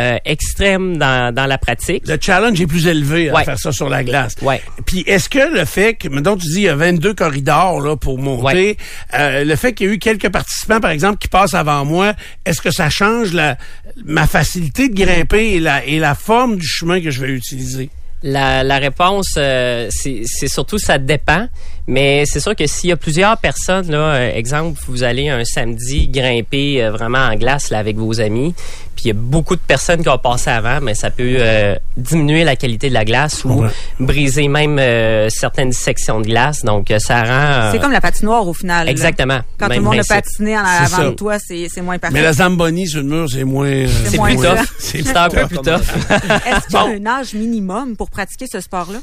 H: euh, extrême dans, dans la pratique.
B: Le challenge est plus élevé à
H: Ouais.
B: faire ça sur la glace.
H: Ouais.
B: Puis est-ce que le fait que, mettons, tu dis il y a 22 corridors là, pour monter,
H: Ouais.
B: euh, le fait qu'il y a eu quelques participants, par exemple, qui passent avant moi, est-ce que ça change la, ma facilité de grimper et la, et la forme du chemin que je vais utiliser?
H: La, la réponse, euh, c'est c'est surtout ça dépend, mais c'est sûr que s'il y a plusieurs personnes, là, euh, exemple, vous allez un samedi grimper euh, vraiment en glace là, avec vos amis, puis il y a beaucoup de personnes qui ont passé avant, mais ça peut euh, diminuer la qualité de la glace ou
B: comprends.
H: briser même euh, certaines sections de glace, donc euh, ça rend... euh,
E: C'est comme la patinoire au final. là.
H: Exactement.
E: Quand tout
H: Même
E: le monde a
H: principe.
E: patiné en
B: C'est
E: avant
B: ça.
E: de toi, c'est c'est moins
B: Mais
E: parfait.
B: la Zamboni sur le mur, c'est moins... euh,
E: C'est
H: C'est
E: moins
H: plus
E: ça.
H: tough. C'est un peu plus tough.
E: Est-ce qu'il y a
H: Bon.
E: un âge minimum pour pratiquer ce sport-là?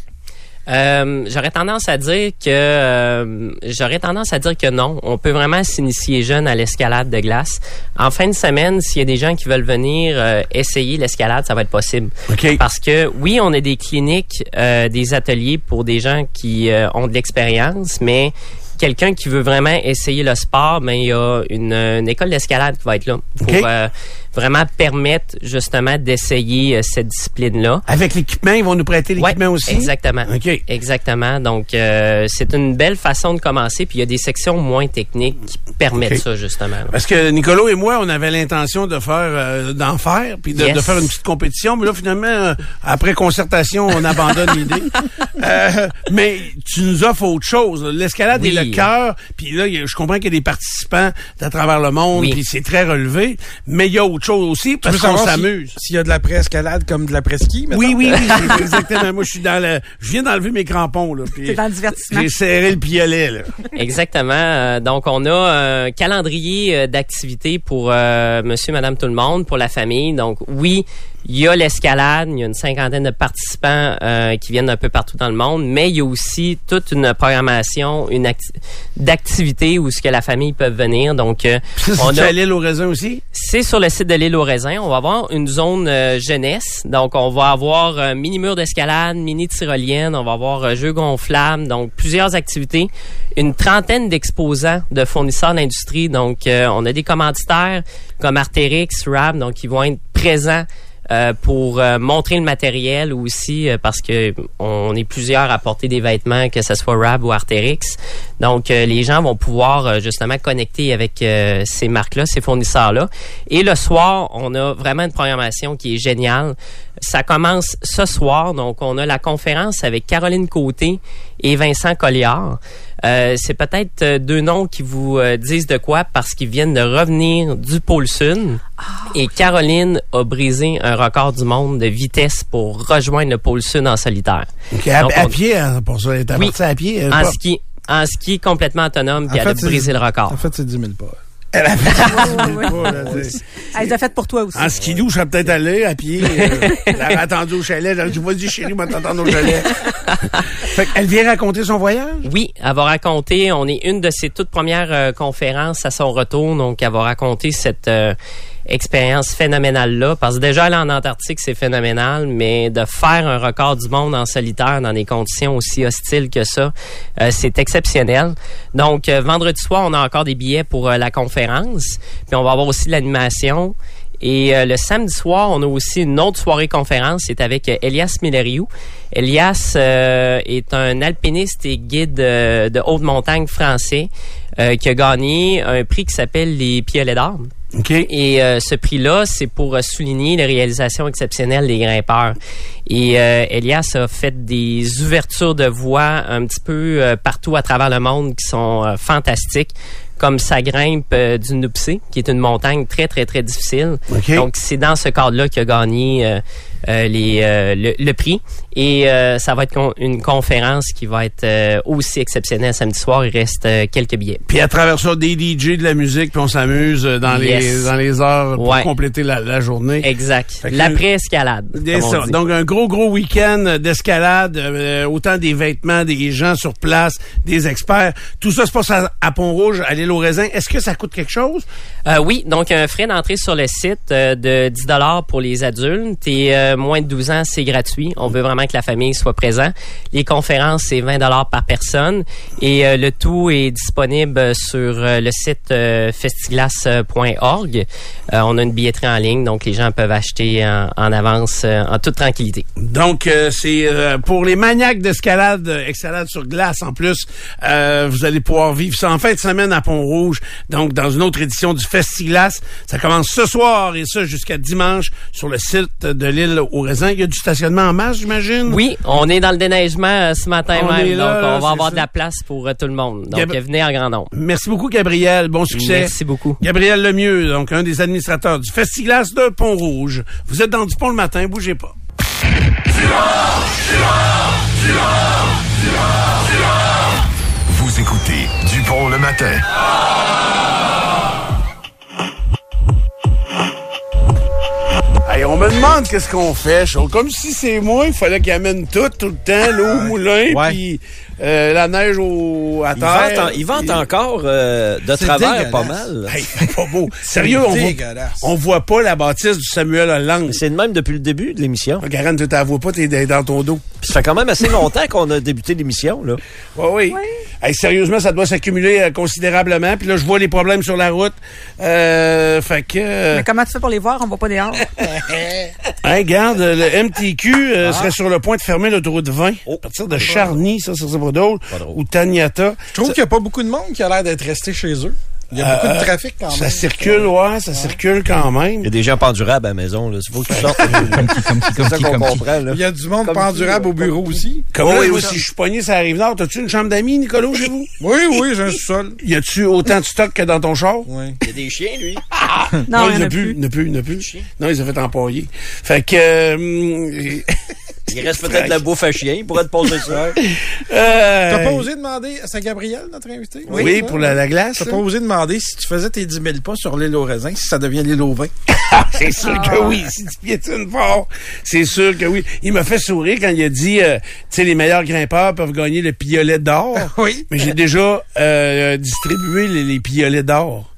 H: Euh, j'aurais tendance à dire que euh, j'aurais tendance à dire que non. On peut vraiment s'initier jeune à l'escalade de glace. En fin de semaine, s'il y a des gens qui veulent venir euh, essayer l'escalade, ça va être possible.
B: OK.
H: Parce que oui, on a des cliniques, euh, des ateliers pour des gens qui euh, ont de l'expérience, mais quelqu'un qui veut vraiment essayer le sport, ben il y a une, une école d'escalade qui va être là pour
B: OK.
H: euh, vraiment permettre justement d'essayer euh, cette discipline-là.
B: Avec l'équipement, ils vont nous prêter
H: Ouais,
B: l'équipement aussi.
H: Exactement.
B: OK.
H: Exactement. Donc, euh, c'est une belle façon de commencer. Puis, il y a des sections moins techniques qui permettent
B: OK.
H: ça, justement. là.
B: Parce que Nicolas et moi, on avait l'intention de faire euh, d'en faire, puis de,
H: Yes.
B: de faire une petite compétition, mais là finalement, euh, après concertation, on abandonne l'idée. Euh, mais tu nous offres autre chose. là. L'escalade
H: Oui.
B: et le cœur, puis là, il y a- je comprends qu'il y a des participants d'à travers le monde,
H: Oui.
B: puis c'est très relevé, mais il y a autre chose aussi parce
D: veux
B: qu'on
D: savoir si-
B: s'amuse.
D: S'il y a de la pré-escalade comme de la presqu'île,
B: Oui, oui, oui, exactement. Moi, je suis dans le, je viens d'enlever mes crampons là. puis
E: T'es dans le divertissement.
B: J'ai serré le piolet là.
H: Exactement. Euh, donc, on a un calendrier euh, d'activités pour euh, monsieur, madame, tout le monde, pour la famille. Donc, oui, il y a l'escalade. Il y a une cinquantaine de participants euh, qui viennent un peu partout dans le monde. Mais il y a aussi toute une programmation une acti- d'activités où ce que la famille peut venir. Donc, euh,
B: Puis ça,
H: on
B: c'est
H: a-
B: à l'île aux raisins aussi.
H: C'est sur le site de l'île aux raisins. On va avoir une zone euh, jeunesse. Donc, on va avoir euh, mini-mur d'escalade, mini-tyrolienne. On va avoir euh, jeux gonflables. Donc, plusieurs activités. Une trentaine d'exposants de fournisseurs d'industrie. Donc, euh, on a des commanditaires comme Arterix, Rab, donc qui vont être présents euh, pour euh, montrer le matériel ou aussi euh, parce que on est plusieurs à porter des vêtements que ce soit Rab ou Arterix. Donc euh, les gens vont pouvoir euh, justement connecter avec euh, ces marques-là, ces fournisseurs-là. Et le soir, on a vraiment une programmation qui est géniale. Ça commence ce soir, donc on a la conférence avec Caroline Côté et Vincent Colliard. Euh, c'est peut-être euh, deux noms qui vous euh, disent de quoi parce qu'ils viennent de revenir du pôle sud. Et Caroline a brisé un record du monde de vitesse pour rejoindre le pôle sud en solitaire.
B: Ok, à,
H: Donc,
B: à
H: on-
B: pied, hein, pour ça, elle est
H: Oui.
B: partie à pied. elle,
H: En
B: pas-
H: ski, en ski complètement autonome, puis
D: En
H: elle a
D: fait, c'est-
H: brisé le record.
D: En fait, c'est 10 000 pas.
E: Oui, oui.
B: pas, Oh, là, tu sais.
E: Elle les a faites pour toi aussi.
B: En skidou, je serais peut-être allé à pied. euh, je l'aurais attendu au chalet. J'aurais dit, vas-y, chérie, on va t'attendre au chalet. fait qu'elle vient raconter son voyage?
H: Oui, elle va raconter, on est une de ses toutes premières euh, conférences à son retour, donc elle va raconter cette euh, expérience phénoménale-là, parce que déjà aller en Antarctique, c'est phénoménal, mais de faire un record du monde en solitaire dans des conditions aussi hostiles que ça, euh, c'est exceptionnel. Donc, euh, vendredi soir, on a encore des billets pour euh, la conférence, puis on va avoir aussi de l'animation. Et euh, le samedi soir, on a aussi une autre soirée conférence. C'est avec euh, Elias Milleriou. Elias euh, est un alpiniste et guide euh, de haute montagne français euh, qui a gagné un prix qui s'appelle les Piolets d'or.
B: OK.
H: Et euh, ce prix-là, c'est pour euh, souligner les réalisations exceptionnelles des grimpeurs. Et euh, Elias a fait des ouvertures de voies un petit peu euh, partout à travers le monde qui sont euh, fantastiques, comme sa grimpe euh, du Nupsé, qui est une montagne très, très, très difficile.
B: OK.
H: Donc, c'est dans ce cadre-là qu'il a gagné euh, euh, les, euh, le, le prix. Et euh, ça va être con- une conférence qui va être euh, aussi exceptionnelle samedi soir. Il reste euh, quelques billets.
B: Puis à travers ça, des DJ de la musique, puis on s'amuse euh, dans, les,
H: Yes.
B: dans les heures pour
H: Ouais.
B: compléter la, la journée.
H: Exact.
B: Fait que-
H: L'après-escalade.
B: Bien
H: comme on
B: ça.
H: dit.
B: Donc, un gros, gros week-end d'escalade, euh, autant des vêtements, des gens sur place, des experts. Tout ça se passe à, à Pont-Rouge, à l'île aux raisins. Est-ce que ça coûte quelque chose?
H: Euh, oui, donc un frais d'entrée sur le site euh, de 10 dollars pour les adultes et euh, moins de 12 ans, c'est gratuit. On veut vraiment que la famille soit présente. Les conférences, c'est 20 dollars par personne et euh, le tout est disponible sur euh, le site euh, festiglas.org. Euh, on a une billetterie en ligne, donc les gens peuvent acheter en, en avance euh, en toute tranquillité.
B: Donc, euh, c'est euh, pour les maniaques d'escalade, euh, escalade sur glace en plus, euh, vous allez pouvoir vivre ça en fin de semaine à Pont-Rouge, donc dans une autre édition du Festi-Glace. Ça commence ce soir et ça jusqu'à dimanche sur le site de l'île aux raisins. Il y a du stationnement en masse, j'imagine?
H: Oui, on est dans le déneigement euh, ce matin
B: On est
H: même,
B: là,
H: donc
B: là,
H: on va
B: c'est
H: avoir
B: ça.
H: de la place pour euh, tout le monde. Donc
B: Gab-
H: euh, venez en grand nombre.
B: Merci beaucoup, Gabriel. Bon succès.
H: Merci beaucoup.
B: Gabriel Lemieux, donc un des administrateurs du Festi-Glace de Pont-Rouge. Vous êtes dans Dupont le matin, bougez pas.
I: Vous écoutez Dupont le matin.
B: Hey, on me demande qu'est-ce qu'on fait. Charles. Comme si c'est moi, il fallait qu'il amène tout, tout le temps, l'eau au moulin, puis euh, la neige au, à
C: Il
B: terre.
C: vante, en- il vante encore euh, de
B: C'est
C: travers pas
B: dégueulasse.
C: mal.
B: Hey, c'est pas beau. Sérieux, on voit,
C: dégueulasse.
B: on voit pas la bâtisse du Samuel Hollande. C'est
C: le même depuis le début de l'émission.
B: Karen, tu t'avoues pas, t'es dans ton dos.
C: Ça fait quand même assez longtemps qu'on a débuté l'émission, là.
B: Ouais, oui, Hey, sérieusement, ça doit s'accumuler euh, considérablement. Puis là, je vois les problèmes sur la route. Euh, fait que... euh,
E: Mais comment tu fais pour les voir? On va pas dehors.
B: Hey, regarde, le MTQ
C: Ah.
B: euh, serait sur le point de fermer l'autoroute 20.
C: Oh.
B: à partir de Charny, ça, ça, c'est pas drôle. Ou Taniata.
D: Je trouve qu'il n'y a pas beaucoup de monde qui a l'air d'être resté chez eux. Il y a beaucoup de trafic quand même.
B: Ça circule, ouais, ça circule quand même.
C: Il y a des gens pendurables à la maison, là. C'est faut que tu sortes. C'est ça qu'on comprend, là.
D: Il y a du monde
C: Comme
D: pendurable
C: qui,
D: au bureau aussi.
B: Comme
D: Oui,
B: là,
D: oh oui,
B: moi,
D: ça-
B: si je suis pogné ça arrive nord, t'as-tu une chambre d'amis, Nicolas, chez vous?
D: Oui, oui, j'ai un sous-sol.
B: Y a-tu autant de stock que dans ton char?
D: Oui.
C: Il y a des chiens, lui.
B: Non, il
C: il y
B: n'y
C: en
B: a
C: a
B: plus. Il n'y en a plus, il n'y en a plus. Non, ils ont fait empailler. Fait que... euh,
C: Il reste peut-être de la bouffe à chien. Il pourrait te poser ça.
D: T'as pas
B: euh,
D: osé demander, c'est Gabriel, notre invité?
B: Oui,
D: ça.
B: pour la- la glace,
D: T'as
B: ça.
D: pas osé demander si tu faisais tes 10 000 pas sur l'île aux raisins, si ça devient l'île aux vins.
B: C'est sûr que oui, si tu piétines fort, c'est sûr que oui. Il m'a fait sourire quand il a dit, euh, tu sais, les meilleurs grimpeurs peuvent gagner le piolet d'or.
D: Oui.
B: Mais j'ai déjà euh, distribué les, les piolets d'or.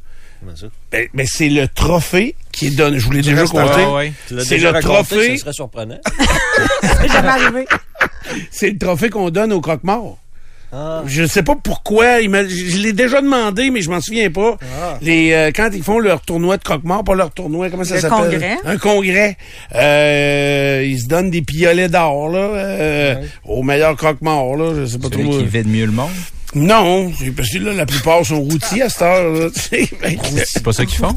B: Ben, ben, c'est le trophée qui donne. Je vous l'ai déjà
C: restes à-
B: compté.
C: Ah ouais. Tu l'as
B: C'est
C: déjà
B: le
C: raconté,
B: trophée.
C: Ce serait surprenant.
E: C'est jamais arrivé.
B: C'est le trophée qu'on donne aux croque-morts.
C: Ah.
B: Je sais pas pourquoi. il me- je l'ai déjà demandé, mais je m'en souviens pas. Les, euh, quand ils font leur tournoi de croque-mort, pas leur tournoi, comment ça
E: Le
B: s'appelle?
E: congrès.
B: Un congrès. Euh, ils se donnent des piolets d'or, là, euh, au meilleur croque-mort, là. Je sais pas
A: Celui
B: trop.
A: qui
B: euh.
A: vide mieux le monde.
B: Non, c'est parce que là, la plupart sont routiers à cette heure, là. tu sais, fait que-
A: C'est pas ça qu'ils font.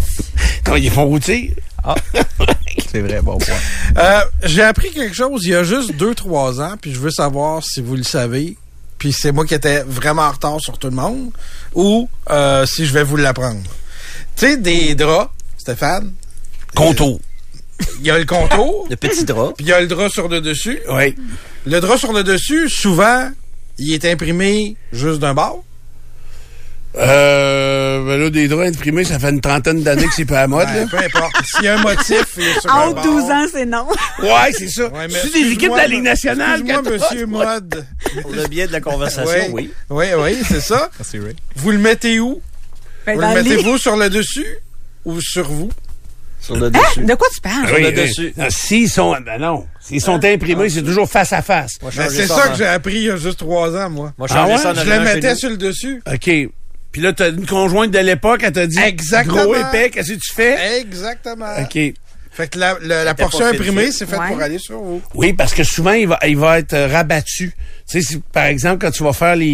B: Non, ils font routier.
A: C'est vrai, bon point.
D: Euh, j'ai appris quelque chose il y a juste 2-3 ans, puis je veux savoir si vous le savez, puis c'est moi qui étais vraiment en retard sur tout le monde, ou euh, si je vais vous l'apprendre. Tu sais, des draps, Stéphane,
B: Contour.
D: il y a le contour,
C: Le petit drap.
D: puis il y a le drap sur le dessus.
B: Oui.
D: Le drap sur le dessus, souvent, il est imprimé juste d'un bord.
B: Euh, ben là, des droits imprimés, ça fait une trentaine d'années que c'est pas à la mode, là.
D: Ouais, Ben, peu importe. S'il y a un motif, il est sur
E: En
D: un
E: haut de
D: bord.
E: 12 Ah, ans, c'est non.
B: Ouais, c'est ça.
D: Ouais, mais
B: c'est des équipes de
D: excuse-moi,
B: la Ligue nationale.
D: Excuse-moi,
B: quand-
D: monsieur Mode.
C: Pour le biais de la
D: Oui,
C: conversation,
D: oui,
C: oui.
D: oui, c'est ça.
A: Merci, Ray.
D: Vous le mettez où?
E: Ben,
D: Vous
E: dans
D: le
E: le lit.
D: mettez-vous sur le dessus ou sur vous?
C: Sur le dessus.
E: Hein? De quoi tu parles?
B: Ah, Oui,
C: le
B: oui.
C: dessus.
B: Non, S'ils sont, ben non. S'ils sont
D: Euh,
B: imprimés, c'est toujours face à face.
C: Moi,
D: Ben,
C: changer
D: c'est ça
C: en-
D: que j'ai appris il y a juste trois ans, moi.
C: Moi,
B: Ah
C: changer
B: ouais?
C: ça en
D: Je le
C: arrivant chez
D: mettais
C: nous.
D: sur le dessus.
B: OK. Puis là, t'as une conjointe de l'époque, elle t'a dit
D: Exactement. Eh.
B: gros épais, qu'est-ce que tu fais?
D: Exactement.
B: OK.
D: Fait que la, la- la
C: C'était
D: portion
C: pas filtré.
D: imprimée, c'est faite
E: Ouais.
D: pour aller sur vous.
B: Oui, parce que souvent, il va, il va être euh, rabattu. Tu sais, si, par exemple, quand tu vas faire les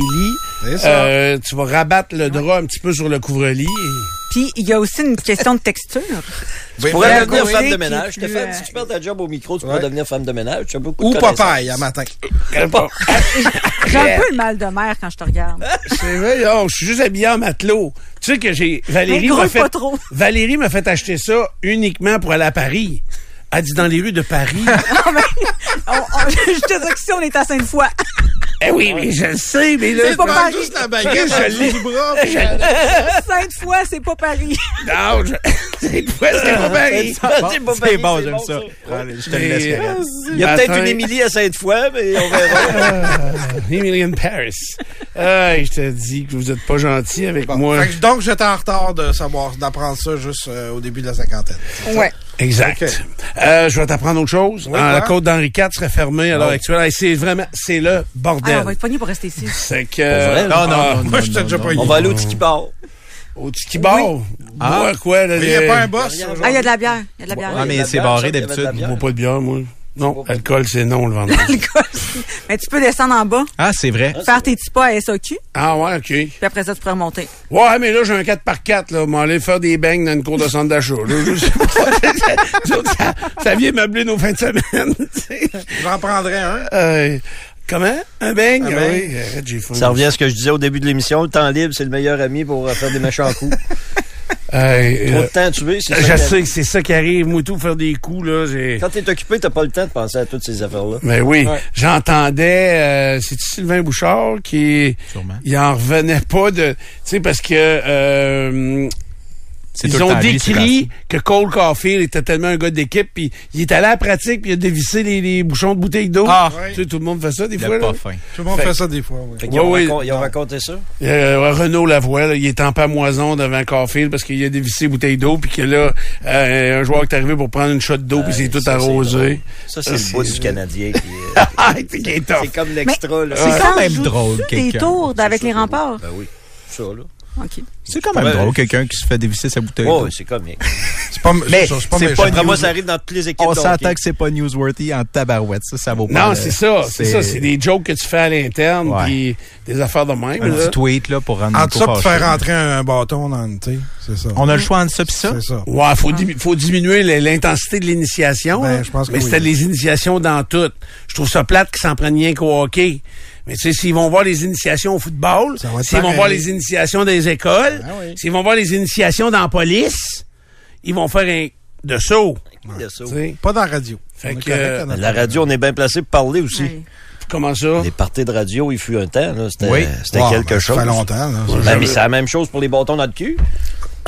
D: C'est
B: lits,
D: ça.
B: euh, tu vas rabattre le drap un petit peu sur le couvre-lit. et-
E: Puis il y a aussi une question de texture.
C: Tu pourrais
E: Ben,
C: devenir
E: oui,
C: femme
E: qui
C: de
E: est
C: ménage.
E: plus,
C: Stéphane,
E: euh,
C: si tu perds ta job au micro, tu pourrais
D: Ouais.
C: devenir femme de ménage. Tu as beaucoup
D: Ou
C: de
D: papaye, à matin. Ah,
E: J'ai un peu le mal de mer quand je te regarde.
B: C'est vrai, oh, je suis juste habillé en matelot. Tu sais que j'ai. Valérie
E: Mais
B: m'a
E: gros,
B: fait.
E: pas trop.
B: Valérie m'a fait acheter ça uniquement pour aller à Paris. Elle dit dans les rues de Paris.
E: On- on- je te dis que si on est à Sainte-Foy.
B: eh oui, mais je le sais, mais là.
E: C'est pas Paris.
B: Juste la baguette, je l'ai.
E: Sainte-Foy, c'est pas Paris.
B: Non, je... c'est pas c'est pas Paris.
C: C'est bon,
A: C'est bon, j'aime ça. euh, Allez, je te le laisse, Karen.
B: euh,
C: Il y a peut-être
B: Matin.
C: une Émilie à Sainte-Foy, mais on verra.
B: Emily in Ah, Paris. Ah, je te dis que vous êtes pas gentil avec
D: Bon,
B: moi.
D: fait que donc, j'étais en retard de savoir, d'apprendre ça juste euh, au début de la cinquantaine.
E: Ouais.
B: Exact. Euh, je vais t'apprendre autre chose.
D: Oui,
B: Ah, la
D: quoi?
B: côte d'Henri IV serait fermée à l'heure actuelle. Hey, c'est vraiment, c'est le
E: Ah, on
A: Ben.
B: bordel.
E: va être poigné pour rester ici.
B: C'est que.
C: vrai,
B: Ah,
C: non,
B: non,
D: Moi, j'étais déjà pas
C: On va aller au tiki bar.
B: Au tiki bar.
C: Ah.
B: Moi, quoi, là.
D: Mais il n'y
B: les-
D: a pas un boss aujourd'hui.
E: Ah, il y a de la bière. Il y a de la bière.
A: Ah, mais
C: la
A: c'est
C: bière,
A: barré
C: ça, il y avait de la
A: d'habitude.
C: bière.
B: Je bois pas de bière, moi. Non, alcool, c'est non le vendredi.
E: L'alcool. mais tu peux descendre en bas,
A: Ah, c'est vrai.
E: faire tes petits pas à SOQ,
B: ah, ouais, OK.
E: puis après ça, tu peux remonter.
B: Ouais, mais là, j'ai un 4x4, là. M'en aller faire des bangs dans une cour de centre d'achat. là. Je sais pas. ça, ça- ça vient meubler nos fins de semaine. tu sais.
D: J'en prendrais un.
B: Euh, comment? Un bang?
D: Un
B: Ah
D: bang.
B: Oui, arrête, j'ai faim.
C: Ça revient à ce que je disais au début de l'émission. Le temps libre, c'est le meilleur ami pour euh, faire des méchants coups.
B: Hey,
C: Trop
B: euh,
C: de temps tué, c'est ça.
B: je
C: qui
B: sais
C: arrive.
B: que c'est ça qui arrive, moi, tout, faire des coups, là. j'ai-
C: Quand t'es occupé, t'as pas le temps de penser à toutes ces affaires-là.
B: Mais oui,
C: Ouais.
B: j'entendais, euh, c'est Sylvain Bouchard qui,
A: Sûrement.
B: il en revenait pas de, tu sais, parce que euh,
A: C'est tout
B: ils
A: le
B: ont
A: temps lui, c'est
B: décrit que Cole Caulfield était tellement un gars d'équipe, puis il est allé à la pratique, puis il a dévissé les, les bouchons de bouteilles d'eau.
A: Ah.
B: Tu sais, tout le monde fait ça des
A: Il
B: fois.
A: a
B: Là.
A: pas faim.
D: Tout le monde
B: Fait-
D: fait ça des fois, oui.
C: Fait qu'ils ont,
B: Ouais,
C: racon-
B: oui.
C: ils ont raconté ça.
B: Euh, Renaud Lavoie, là, il est en pamoison devant Caulfield parce qu'il a dévissé bouteille d'eau, puis que là, euh, un joueur qui est arrivé pour prendre une shot d'eau, puis c'est
C: Ouais,
B: tout
C: ça,
B: arrosé.
C: drôle. Ça, c'est le bout du Canadien. qui est-
B: Ah, il est tough.
C: c'est comme l'extra, là.
A: C'est
C: Ah,
A: quand
E: Ça,
A: même
E: joue-tu
A: drôle,
E: tes
A: quelqu'un.
E: tours avec les
C: ça,
E: remparts.
C: Ben oui. Ça, là.
E: OK.
A: C'est quand même
C: Ouais.
A: drôle, quelqu'un qui se fait dévisser sa bouteille.
C: Oh, c'est comique.
D: C'est pas,
A: Mais c'est
D: ça, méchant.
A: pas
C: Après moi,
A: news-
C: ça arrive dans toutes les équipes.
A: On
C: de
A: s'entend
C: hockey.
A: que c'est pas newsworthy en tabarouette. Ça, ça vaut pas.
B: Non,
A: le-
B: c'est ça, c'est ça, c'est des jokes que tu fais à l'interne,
A: Ouais.
B: puis des affaires de même.
A: Un
B: là.
A: petit tweet, là, pour rendre
D: En tout ça,
A: Nico
D: pour
A: fâché.
D: faire rentrer un, un bâton dans le thé, c'est ça.
A: On a le choix entre ça pis ça.
D: C'est ça.
B: Ouais, faut, dimi- faut diminuer le- l'intensité de l'initiation.
D: Ben,
B: là.
D: je pense que
B: mais
D: oui.
B: c'était les initiations dans tout. Je trouve ça plate qu'ils s'en prennent rien qu'au hockey. Mais tu sais, s'ils vont voir les initiations au football,
D: Ça va être
B: s'ils vont
D: pareil.
B: voir les initiations des écoles,
D: Ben oui.
B: s'ils vont voir les initiations dans la police, ils vont faire un de saut.
C: De ça.
B: tu sais.
D: Pas dans la radio. On
B: Fait
D: est
B: que,
D: correct à
B: euh,
D: notre
C: La radio, on est bien placé pour parler aussi.
E: Ouais.
B: Comment ça?
C: Les parties de radio, il fut un temps, là. C'était
A: Oui.
C: euh, c'était
D: Wow,
C: quelque
D: ben,
C: chose.
D: Ça fait longtemps. Là.
C: Ben, mais c'est la même chose pour les bâtons dans le cul.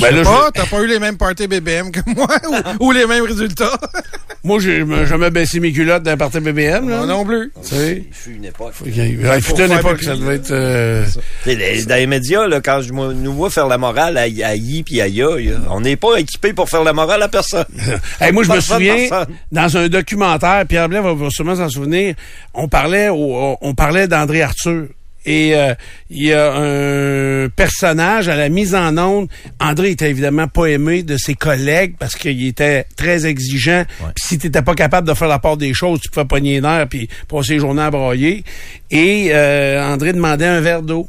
B: Ben là,
D: Je sais
B: je-
D: pas, t'as pas eu les mêmes parties BBM que moi ou, ou les mêmes résultats.
B: moi, j'ai j'ai jamais baissé mes culottes d'un parti BBM. Là.
D: Moi Ah non plus.
B: Tu sais.
C: Il fut une époque.
B: Ok. Ouais, Il fut
D: Faut
B: une
D: faire
B: époque,
D: pipi.
B: ça devait être... euh,
C: Tu sais, les- Dans les médias, là, quand je me- nous vois faire la morale à, à Yi puis à Ya, là, on n'est pas équipé pour faire la morale à personne.
B: Hey, moi, je me
C: Personne,
B: souviens,
C: personne.
B: dans un documentaire, Pierre Blain va va sûrement s'en souvenir, on parlait, au- on parlait d'André Arthur. Et euh, il y a un personnage à la mise en onde. André était évidemment pas aimé de ses collègues parce qu'il était très exigeant. Puis si t'étais pas capable de faire la part des choses, tu pouvais pogner d'air puis passer les journées à broyer. Et euh, André demandait un verre d'eau.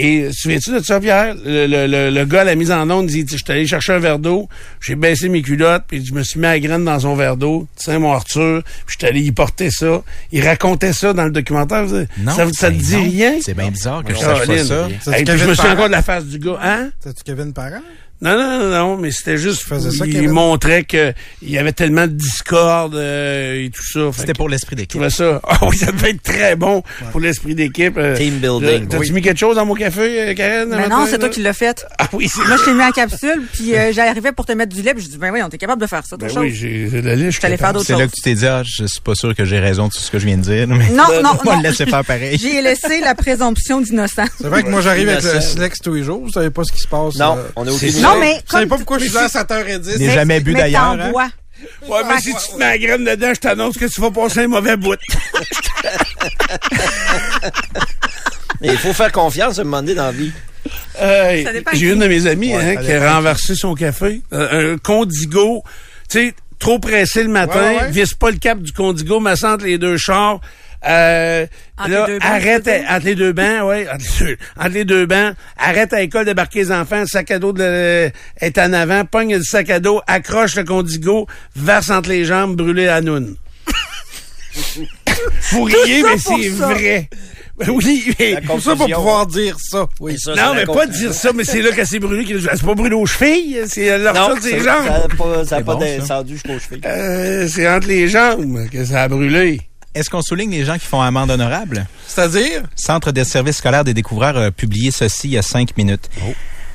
B: Et euh, souviens-tu de ça, Pierre? Le, le, le, le gars, à la mise en onde, dit, je suis allé chercher un verre d'eau, j'ai baissé mes culottes, puis je me suis mis à graine dans son verre d'eau, c'est mon Arthur, puis je suis allé y porter ça. Il racontait ça dans le documentaire. Vous-
A: Non,
B: ça, ça te
A: ben
B: dit
A: non.
B: rien? Ah,
A: C'est bien bizarre que je sache
B: Caroline.
A: pas ça.
D: C'est du
B: Hey, puis je
D: Kevin
B: me suis
D: Parent.
B: encore de la face du gars. Hein?
D: C'est-tu Kevin Parent?
B: Non, non, non, non, mais c'était juste...
D: faisais ça,
B: il
D: Kevin?
B: montrait qu'il y avait tellement de discorde euh, et tout ça. Fait
A: C'était
B: que
A: pour l'esprit
B: Je
A: d'équipe.
B: trouvais ça... Ah oui, ça devait être très bon pour l'esprit d'équipe. euh,
C: Team building.
B: T'as-tu
C: Oui.
B: mis quelque chose dans mon café, euh, Karen? le
E: Mais
B: matin,
E: Ben non, c'est
B: là?
E: toi qui l'as fait.
B: Ah oui, c'est
E: Moi, je t'ai mis en capsule, puis euh, j'arrivais pour te mettre du lait, puis je dis, ben oui, on est capable de faire ça, toi,
B: Ben
E: chose.
B: oui, j'ai j'ai de la liste.
E: Je suis allé faire d'autres
A: C'est là
E: choses.
A: que tu t'es dit, ah, je suis pas sûr que j'ai raison de tout ce que je viens de dire. Mais
E: Non, non,
A: On va
E: non.
A: le laisser faire pareil.
E: J'ai laissé la présomption d'innocence.
D: C'est vrai que moi, j'arrive avec le
C: Innocent.
D: silex tous les jours. Vous savez pas ce qui se passe.
C: Non,
D: euh,
C: on est aucune
E: Non,
C: idée.
E: mais
D: Vous savez
E: comme
D: pas pourquoi je suis là à 7h10.
A: Déjà- J'ai jamais bu
E: mais
A: d'ailleurs,
E: t'en
A: hein.
E: bois.
B: Ouais, mais si tu te mets la graine dedans, je t'annonce que tu vas passer un mauvais bout.
C: Mais il faut faire confiance à un moment donné dans la vie.
B: Euh,
E: Ça dépend
B: J'ai
E: qui.
B: une de mes amies
A: Ouais,
B: hein,
A: ça
B: qui a renversé son café. Euh, un condigo, tu sais, trop pressé le matin,
D: Ouais, ouais, ouais.
B: visse pas le cap du condigo, masse entre les deux chars. Euh,
E: Entre
B: là,
E: les deux bancs,
B: arrête
E: tu veux dire?
B: à- entre les deux bancs, ouais, entre les deux, entre les deux bancs, arrête à l'école, débarquer les enfants, le sac à dos de, est en avant, pogne le sac à dos, accroche le condigo, verse entre les jambes, brûlé à noun. Vous riez,
E: ça
B: mais
E: pour
B: c'est
E: ça.
B: vrai. Oui, mais
D: La confusion. Pour ça, pour pouvoir
B: dire ça. Oui.
D: ça, c'est
B: non,
D: la
B: mais pas
D: confusion.
B: dire ça, mais c'est là qu'elle s'est brûlée. qu'elle- C'est pas brûlée aux chevilles, c'est leur
C: Non,
B: ça des
C: c'est-
B: jambes.
C: ça a pas- ça a C'est pas bon, ça.
B: descendu jusqu'aux chevilles. c'est entre les jambes que ça a brûlé.
A: Est-ce qu'on souligne les gens qui font amende honorable?
D: C'est-à-dire?
A: Centre de services scolaires des découvreurs a publié ceci il y a cinq minutes.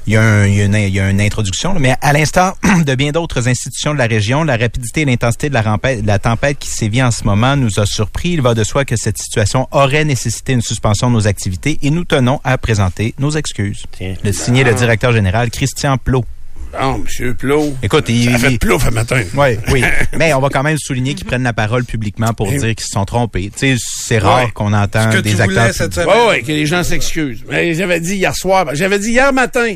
A: Il y, a un- il y a une, il y a une introduction, là, mais à l'instar de bien d'autres institutions de la région, la rapidité et l'intensité de la, rampe- de la tempête qui sévit en ce moment nous a surpris. Il va de soi que cette situation aurait nécessité une suspension de nos activités et nous tenons à présenter nos excuses. Le signé
B: Ah.
A: le directeur général Christian Plot.
B: Non, monsieur Plot.
A: Écoute, il
B: Ça fait plouf à matin.
A: Oui, oui. Mais on va quand même souligner qu'ils prennent la parole publiquement pour
B: Mais-
A: dire qu'ils se sont trompés. Tu sais, c'est rare
B: Ouais.
A: qu'on entend
B: Ce que
A: des
B: tu voulais
A: acteurs.
B: cette
A: publics.
B: semaine. Ouais, ouais, que les gens s'excusent. Mais j'avais dit hier soir, ben, j'avais dit hier matin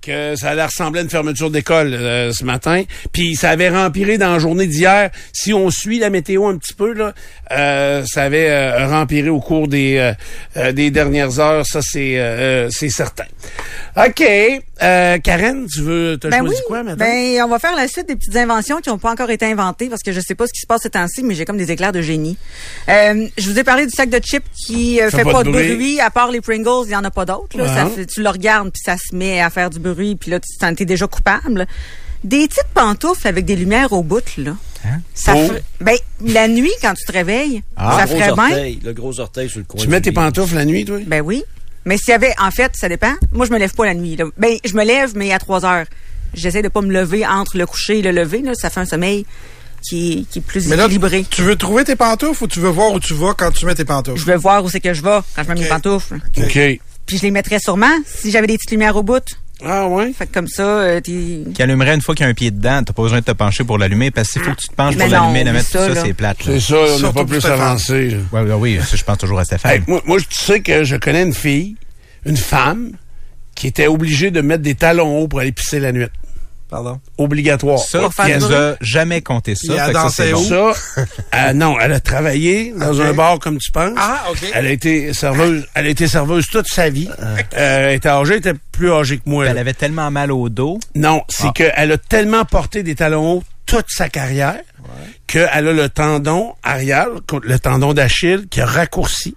B: que ça allait ressembler à une fermeture d'école euh, ce matin. Puis ça avait rempiré dans la journée d'hier. Si on suit la météo un petit peu, là, euh, ça avait euh, rempiré au cours des, euh, euh, des dernières heures. Ça, c'est euh, c'est certain. OK. Euh, Karen, tu veux te
E: Ben
B: choisi
E: oui,
B: quoi maintenant?
E: ben, on va faire la suite des petites inventions qui n'ont pas encore été inventées parce que je sais pas ce qui se passe ces temps-ci, mais j'ai comme des éclairs de génie. Euh, je vous ai parlé du sac de chips qui euh, fait pas, de bruit. à part les Pringles, il y en a pas d'autres. là.
J: Ouais.
E: Ça fait- Tu le regardes puis ça se met à faire du bruit puis là tu t'en es déjà coupable. Des petites pantoufles avec des lumières au bout là.
B: Hein?
E: Ça
C: Oh.
E: ferait- ben la nuit quand tu te réveilles,
B: Ah,
E: ça
C: le Ah, gros
E: ferait bien.
C: orteil, le gros orteil sur le coin.
B: Tu mets
C: du
B: tes
C: lit.
B: pantoufles la nuit, toi?
E: Ben oui. Mais s'il y avait, en fait, ça dépend. Moi, je me lève pas la nuit. là. Ben, je me lève, mais à 3 heures. J'essaie de pas me lever entre le coucher et le lever. là. Ça fait un sommeil qui, qui est plus
D: Mais là,
E: équilibré.
D: tu veux trouver tes pantoufles ou tu veux voir où tu vas quand tu mets tes pantoufles?
E: Je veux voir où c'est que je vais quand je mets mes pantoufles.
B: OK.
E: Puis je les mettrais sûrement si j'avais des petites lumières au bout.
B: Ah ouais?
E: Fait que comme ça, euh, t'es...
A: Qui allumerait une fois qu'il y a un pied dedans. T'as pas besoin de te pencher pour l'allumer parce qu'il faut que tu te penches
E: Mais
A: pour
E: non,
A: l'allumer, la
E: oublie
A: mettre, tout
E: ça,
A: ça,
E: là.
A: c'est plate. là.
B: C'est ça, là, on n'a pas plus avancé. là.
A: Ouais, ouais, oui, ça, je pense toujours à Stéphane.
B: Hey, moi, moi, je sais que je connais une fille, une femme, qui était obligée de mettre des talons hauts pour aller pisser la nuit.
D: Pardon?
B: Obligatoire.
A: ça,
B: Puis
A: tu
B: elle-
A: nous as jamais compté ça. fait que ça, c'est bon.
B: ça, euh, non, elle a travaillé dans
D: Ok.
B: un bar comme tu penses.
D: Ah, ok.
B: Elle a été serveuse, elle a été serveuse toute sa vie.
D: Ah.
B: Euh, elle était âgée, elle était plus âgée que moi.
A: Puis
D: Ben,
B: là.
A: Elle avait tellement mal au dos.
B: Non,
D: Ah.
B: c'est qu'elle a tellement porté des talons hauts toute sa carrière qu'elle a le tendon arrière, le tendon d'Achille, qui a raccourci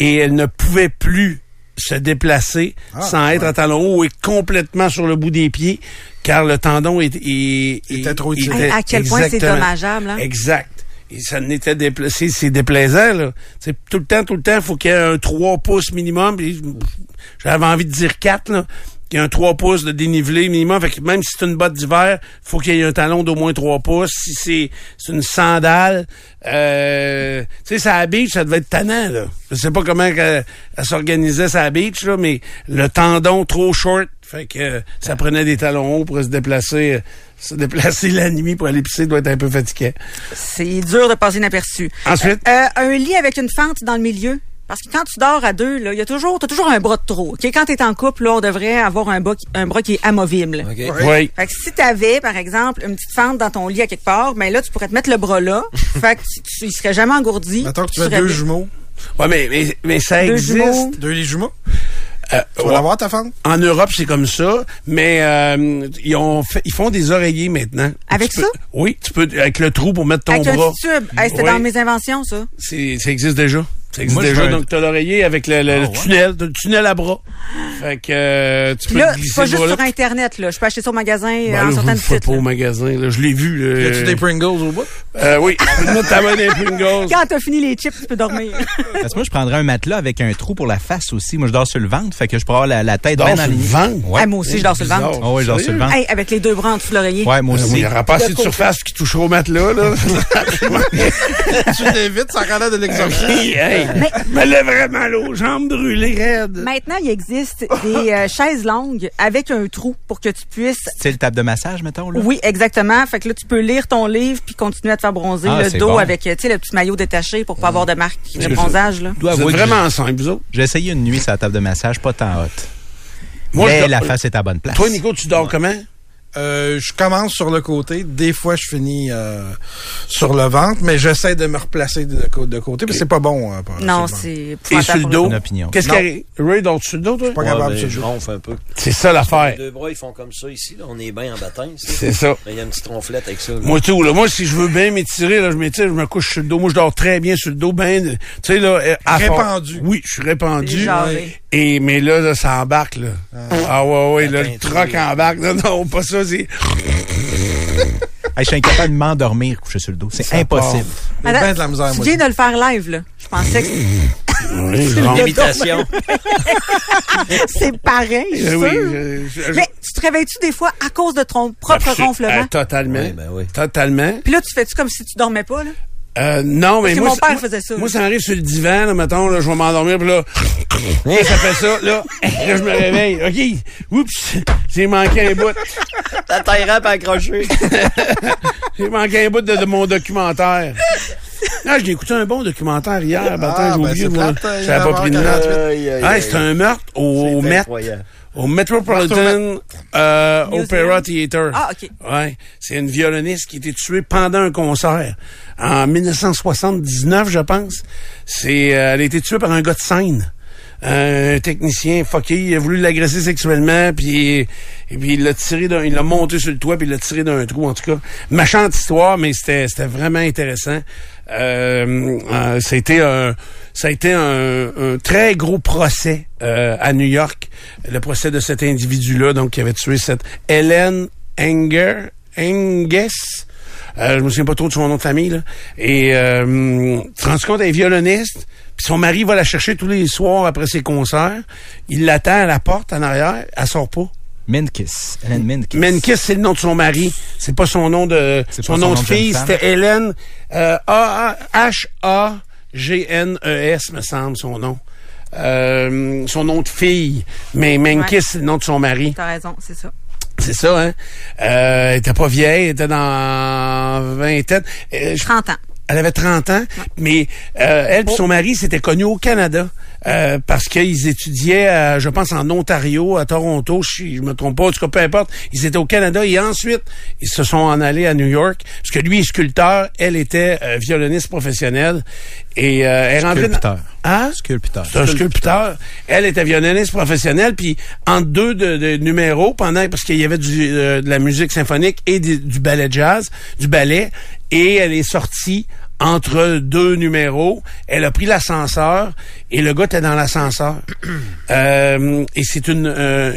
B: et elle ne pouvait plus se déplacer
D: Ah,
B: sans être à talons hauts et complètement sur le bout des pieds car le tendon est, est-
D: était
B: est-
D: trop étiré.
B: était-
E: à quel point c'est
B: Exactement.
E: dommageable. hein?
B: Exact. Et ça n'était déplacé, c'est déplaisant, là. C'est tout le temps, tout le temps, faut qu'il y ait un 3 pouces minimum. Puis, J'avais envie de dire 4, là. Qu'il y ait un 3 pouces de dénivelé minimum. Fait que même si c'est une botte d'hiver, faut qu'il y ait un talon d'au moins 3 pouces. Si c'est c'est une sandale, euh, tu sais, ça à la beach, ça devait être tannant, là. Je sais pas comment qu'elle- elle s'organisait, ça à la beach, là, mais le tendon trop short, fait que euh, ça prenait des talons hauts pour se déplacer. euh, se déplacer la nuit pour aller pisser doit être un peu fatigué.
E: C'est dur de passer inaperçu.
B: Ensuite?
E: Euh, un lit avec une fente dans le milieu. Parce que quand tu dors à deux, là, il y a toujours, t'as toujours un bras de trop. ok? Quand t'es en couple, là, on devrait avoir un bras qui, un bras qui est amovible.
B: Oui.
E: Fait que si t'avais, par exemple, une petite fente dans ton lit à quelque part, ben là, tu pourrais te mettre le bras là. fait que tu- tu- il serait jamais engourdi.
D: Attends que tu
E: Tu
D: mets
E: serais
D: deux
E: bien.
D: jumeaux.
B: Ouais, mais, mais, mais ça
E: Deux
B: existe.
E: jumeaux.
D: Deux les jumeaux.
B: Euh,
D: Tu vas
B: ouais.
D: l'avoir, ta femme?
B: En Europe, c'est comme ça, mais euh, ils, ont fait- ils font des oreillers maintenant.
E: Avec
B: Tu
E: ça?
B: peux- Oui, tu peux avec le trou pour mettre ton
E: Avec un
B: bras.
E: petit tube. Hey, c'était
B: Oui.
E: dans mes inventions, ça.
B: C'est- Ça existe déjà. Ça existe
A: Moi, je
B: déjà.
A: veux un-
B: Donc t'as l'oreiller avec le, le- le tunnel, t'as le tunnel à bras. Fait que euh, tu
E: Puis
B: peux
E: là,
B: te
E: c'est
B: glisser
E: pas
B: le
E: juste
B: bras là.
E: sur Internet, là. Je peux acheter ça au magasin euh,
B: Ben là,
E: en
B: je
E: sortant
B: vous
E: du
B: le ferai
E: site.
B: pas au magasin. là. Je l'ai vu.
D: Y
B: là.
D: a-tu des Pringles au bout?
B: Euh, oui, tu peux te mettre ta main dans les Pringles.
E: Quand t'as fini les chips, tu peux dormir.
A: Parce que moi, je prendrais un matelas avec un trou pour la face aussi. Moi, je dors sur le ventre. Fait que je pourrais avoir la, la tête
B: Dors
A: bien
B: sur
A: alignée.
B: le ventre?
A: Ben, Ouais.
E: Hey, moi aussi, je dors sur le ventre.
A: Ah ouais, je dors sur le ventre.
E: Hey, avec les deux bras en dessous de l'oreiller.
A: Ouais, moi
B: Euh, Il
A: aussi.
B: n'y aura pas assez de surface qui touchera au matelas. Là.
D: tu l'évites, ça relève de l'exorcisme.
B: hey, hey, me lève vraiment là, aux jambes brûlées raides.
E: Maintenant, il existe des euh, chaises longues avec un trou pour que tu puisses
A: C'est le table de massage, mettons, là.
E: Oui, exactement. Fait que là, tu peux lire ton livre puis continuer à te faire bronzer
A: Ah,
E: le
A: c'est
E: dos
A: bon.
E: avec, euh, tu sais, le petit maillot détaché pour pas avoir de marque de
B: C'est
E: bronzage, là.
A: Je dois
B: Vous
A: avouer
B: êtes
A: que
B: vraiment simple, vous autres.
A: j'ai- J'ai essayé une nuit sur la table de massage, pas tant haute.
B: Moi, je
A: Mais
B: dors-
A: la face est à bonne place.
B: Toi, Nico, tu dors comment?
D: Euh, je commence sur le côté. Des fois, je finis euh, sur le ventre, mais j'essaie de me replacer de, co- de côté, mais c'est pas bon. euh, pour-
E: Non,
D: bon.
E: c'est
B: Et sur le dos. Qu'est-ce
D: Non.
B: qu'il arrive? Ray, dans le dos, toi?
D: pas
C: Ouais,
D: capable
C: ben,
D: de se
C: je
D: jouer.
C: ronfle un peu.
B: C'est ça, l'affaire.
C: Les deux bras, ils font comme ça ici. Là. On est bien en bâton. ici.
B: C'est ça.
C: Ben, Il y a une petite ronflette avec ça. là.
B: Moi, tout, là, moi, si je veux bien m'étirer, là, je m'étire, je me couche sur le dos. Moi, je dors très bien sur le dos, ben, tu sais, là, euh, à fond.
D: Répandu.
B: Oui, je suis
E: C'est
B: répandu.
E: genré.
B: Et, mais là, là, ça embarque, là. Ah, ouais, ouais, là, le
C: peinture.
B: troc embarque. Non, non, pas ça, c'est...
A: Hey, je suis incapable de m'endormir couché sur le dos. C'est impossible.
D: J'ai bien de la misère,
E: tu
D: moi.
E: viens de le faire live, là. Je pensais que
B: Oui, je rentre.
C: Imitation.
E: c'est pareil, je suis
B: Eh oui,
E: sûre.
B: je- je-
E: Mais tu te réveilles-tu des fois à cause de ton propre
B: Absolu-
E: ronflement?
B: Euh, totalement.
C: Oui, ben oui.
B: Totalement.
E: Puis là, tu fais-tu comme si tu dormais pas, là?
B: Euh, non, mais
E: que
B: moi,
E: mon
B: ça-
E: père
B: moi-
E: faisait ça,
B: Moi,
E: oui.
B: ça m'arrive sur le divan, là, mettons, là, je vais m'endormir, puis là, là, ça fait ça, là, là, je me réveille. OK, oups, j'ai manqué un bout.
C: La taille rap accrochée.
B: J'ai manqué un bout de, de mon documentaire. Ah, j'ai écouté un bon documentaire hier, matin,
D: Ah,
B: j'ai
D: ben,
B: oublié,
D: c'est
B: moi.
D: plate, hein,
B: Ça a pas pris de note.
D: 48.
C: Aïe, aïe,
B: Ah,
C: aïe.
B: c'est un meurtre au, au
C: C'est
B: Met,
C: incroyable.
B: au Metropolitan euh, Opera Theater.
E: Ah, OK.
B: Ouais, c'est une violoniste qui a été tuée pendant un concert en 1979, je pense. C'est, euh, elle a été tuée par un gars de scène. Un technicien fucké, il a voulu l'agresser sexuellement, puis, et puis il l'a tiré d'un, il l'a monté sur le toit, puis il l'a tiré d'un trou, en tout cas. Machante histoire, mais c'était, c'était vraiment intéressant. Euh, euh, c'était un, ça a été un, un très gros procès euh, à New York, le procès de cet individu-là, donc qui avait tué cette Hélène Enger, Enges. Euh, je me souviens pas trop de son nom de famille. Là. Et euh, hum, tu te rends compte, elle est violoniste. Puis son mari va la chercher tous les soirs après ses concerts. Il l'attend à la porte en arrière. Elle sort pas.
A: Menkis. Hélène Menkis.
B: Menkes, c'est le nom de son mari. C'est pas son nom de
A: C'est
B: son
A: pas son
B: nom de
A: nom de
B: fille.
A: jeune
B: C'était Hélène euh, A H A G N E S me semble son nom. Euh, son nom de fille. Mais Menkes,
E: Ouais.
B: c'est le nom de son mari.
E: T'as raison, c'est ça.
B: C'est ça, hein? Euh, elle était pas vieille, elle était dans vingtaine. Euh, je-
E: 30 ans.
B: elle avait 30 ans, mais euh, elle et son mari s'étaient connus au Canada euh, parce qu'ils étudiaient, euh, je pense, en Ontario, à Toronto, si je me trompe pas, en tout cas, peu importe. Ils étaient au Canada et ensuite, ils se sont en allés à New York parce que lui est sculpteur, elle était euh, violoniste professionnelle et euh, elle rentrait... dans-
A: Sculpteur.
B: Hein?
A: Sculpteur.
B: C'est un sculpteur. Elle était violoniste professionnelle, puis en deux de, de numéros, pendant parce qu'il y avait du, euh, de la musique symphonique et du, du ballet jazz, du ballet, et elle est sortie entre deux numéros. Elle a pris l'ascenseur et le gars était dans l'ascenseur. Euh, et c'est une, euh,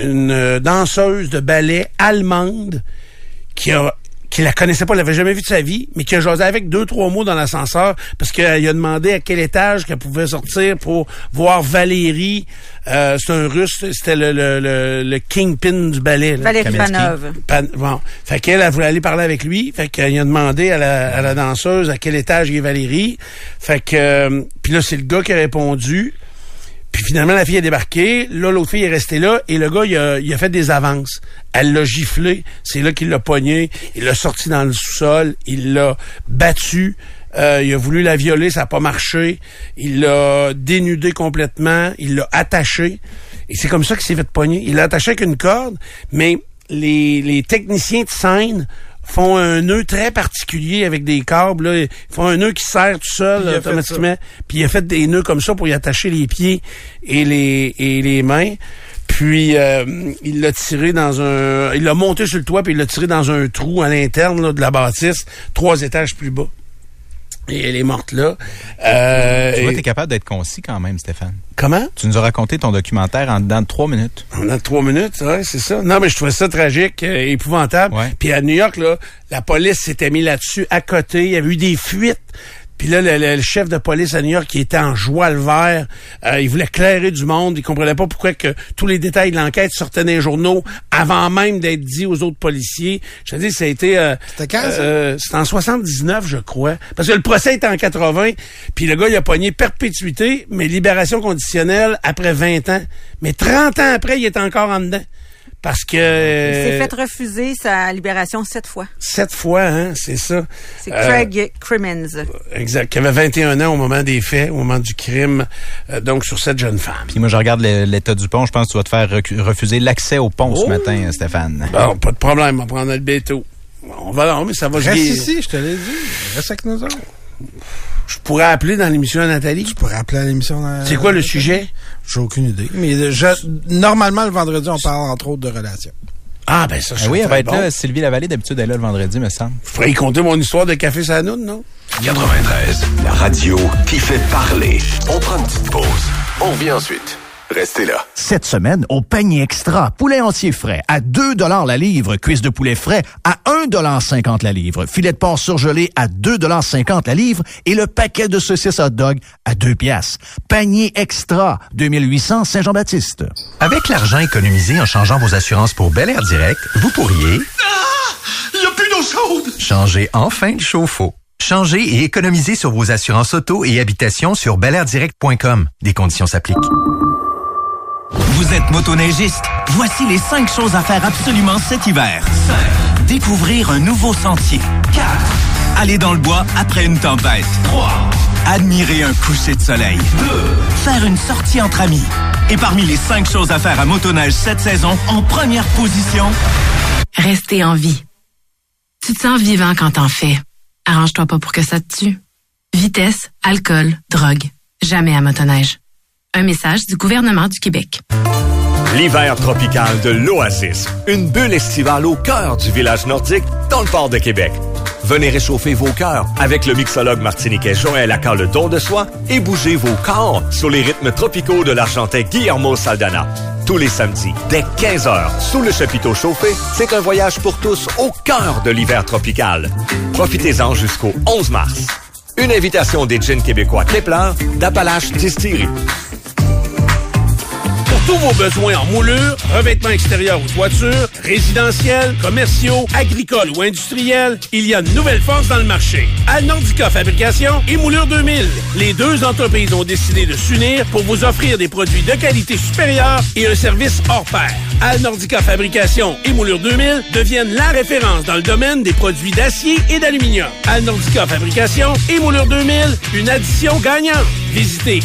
B: une danseuse de ballet allemande qui a qui la connaissait pas, l'avait jamais vue de sa vie, mais qui a jasé avec deux, trois mots dans l'ascenseur parce qu'elle a demandé à quel étage qu'elle pouvait sortir pour voir Valérie. Euh, c'est un russe, c'était le, le, le, le kingpin du ballet. là.
E: Valérie
A: Kaminsky.
E: Ivanov.
B: Pan- bon. Fait qu'elle, elle voulait aller parler avec lui. Fait qu'elle a demandé à la, à la danseuse à quel étage il est Valérie. Fait que... euh, Puis là, c'est le gars qui a répondu. Puis finalement, la fille est débarquée. Là, l'autre fille est restée là. Et le gars, il a, il a fait des avances. Elle l'a giflé. C'est là qu'il l'a pogné. Il l'a sorti dans le sous-sol. Il l'a battu. Euh, il a voulu la violer. Ça n'a pas marché. Il l'a dénudé complètement. Il l'a attaché. Et c'est comme ça qu'il s'est fait pogner. Il l'a attaché avec une corde. Mais les, les techniciens de scène font un nœud très particulier avec des câbles. Là. Ils font un nœud qui serre tout seul
D: Il a fait
B: automatiquement. Puis il a fait des nœuds comme ça pour y attacher les pieds et les, et les mains. Puis euh, il l'a tiré dans un... Il l'a monté sur le toit, puis il l'a tiré dans un trou à l'interne là, de la bâtisse, trois étages plus bas. Et elle est morte là. Euh,
A: Tu vois,
B: et-
A: t'es capable d'être concis quand même, Stéphane.
B: Comment?
A: Tu nous as raconté ton documentaire en dedans de trois minutes.
B: On a trois minutes, ouais, c'est ça. Non, mais je trouvais ça tragique, euh, épouvantable.
A: Ouais.
B: Puis à New York, là, la police s'était mise là-dessus, à côté. Il y avait eu des fuites. Puis là, le, le- le chef de police à New York, qui était en joie le vert, euh, il voulait clairer du monde. Il comprenait pas pourquoi que tous les détails de l'enquête sortaient des journaux avant même d'être dit aux autres policiers. Je te dis, ça a été... euh,
D: C'était quand, ça?
B: euh, c'est en 79, je crois. Parce que le procès était en 80, puis le gars, il a pogné perpétuité, mais libération conditionnelle après 20 ans. Mais 30 ans après, il est encore en dedans. Parce que... euh,
E: Il s'est fait refuser sa libération sept fois.
B: Sept fois, hein, c'est ça.
E: C'est
B: Euh,
E: Craig Crimmins.
B: Exact, qui avait 21 ans au moment des faits, au moment du crime, euh, donc sur cette jeune femme.
A: Puis moi, je regarde le- l'état du pont. Je pense que tu vas te faire recu- refuser l'accès au pont
B: Oh!
A: ce matin, Stéphane.
B: Bon, pas de problème, on va prendre Alberto. On va non, mais ça va se
D: Reste
B: guérir.
D: ici, je te l'ai dit. Reste avec nous autres.
B: Je pourrais appeler dans l'émission à Nathalie.
D: Tu pourrais appeler à l'émission. à-
B: C'est quoi le sujet?
D: J'ai aucune idée. Mais euh, je- normalement, le vendredi, on parle entre autres de relations.
B: Ah, ben ça,
A: Ah
B: je
A: oui, elle va être
B: bon.
A: là. Sylvie Lavallée, d'habitude, elle est là le vendredi, me semble.
B: Faudrait y compter mon histoire de café Sanoun, non?
I: 93, la radio qui fait parler. On prend une petite pause. On revient ensuite. Restez là.
J: Cette semaine, au panier extra, poulet entier frais à 2 la livre, cuisse de poulet frais à 1,50 la livre, filet de porc surgelé à 2,50 la livre et le paquet de saucisses hot dog à 2 piastres. Panier extra, 2800 Saint-Jean-Baptiste.
K: Avec l'argent économisé en changeant vos assurances pour Bel Air Direct, vous pourriez
L: Il n'y a plus d'eau chaude!
K: changer enfin de chauffe-eau. Changer et économiser sur vos assurances auto et habitation sur belairdirect.com. Des conditions s'appliquent.
J: Vous êtes motoneigiste? Voici les 5 choses à faire absolument cet hiver. 5. Découvrir un nouveau sentier. 4. Aller dans le bois après une tempête. 3. Admirer un coucher de soleil. 2. Faire une sortie entre amis. Et parmi les 5 choses à faire à motoneige cette saison, en première position...
M: Rester en vie. Tu te sens vivant quand t'en fais. Arrange-toi pas pour que ça te tue. Vitesse, alcool, drogue. Jamais à motoneige. Un message du gouvernement du Québec.
N: L'hiver tropical de l'Oasis. Une bulle estivale au cœur du village nordique dans le port de Québec. Venez réchauffer vos cœurs avec le mixologue martiniquais Joël Accor le don de soi et bougez vos corps sur les rythmes tropicaux de l'argentin Guillermo Saldana. Tous les samedis, dès 15h, sous le chapiteau chauffé, c'est un voyage pour tous au cœur de l'hiver tropical. Profitez-en jusqu'au 11 mars. Une invitation des jeans québécois Kepler d'Appalache Distillery.
B: Pour tous vos besoins en moulure, revêtements extérieurs ou toitures, résidentiels, commerciaux, agricoles ou industriels, il y a une nouvelle force dans le marché. Al Nordica Fabrication et Moulure 2000. Les deux entreprises ont décidé de s'unir pour vous offrir des produits de qualité supérieure et un service hors pair. Al Nordica Fabrication et Moulure 2000 deviennent la référence dans le domaine des produits d'acier et d'aluminium. Al Nordica Fabrication et Moulure 2000, une addition gagnante. Visitez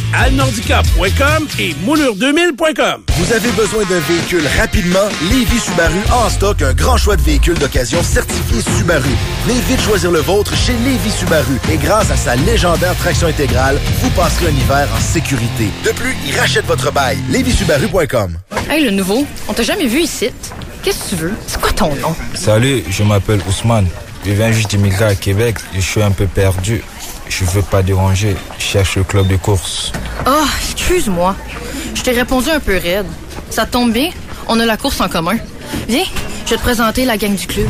B: alnordica.com et moulure2000.com.
O: Vous avez besoin d'un véhicule rapidement? Lévis Subaru a en stock un grand choix de véhicules d'occasion certifiés Subaru. Venez vite choisir le vôtre chez Lévis Subaru. Et grâce à sa légendaire traction intégrale, vous passerez un hiver en sécurité. De plus, il rachète votre bail. LévisSubaru.com
P: Hey, le nouveau, on t'a jamais vu ici. Qu'est-ce que tu veux? C'est quoi ton nom?
Q: Salut, je m'appelle Ousmane. Je viens juste d'immigrer à Québec. Je suis un peu perdu. Je veux pas déranger. Je cherche le club de course.
P: Oh, excuse-moi. Je t'ai répondu un peu raide. Ça tombe bien, on a la course en commun. Viens, je vais te présenter la gang du club.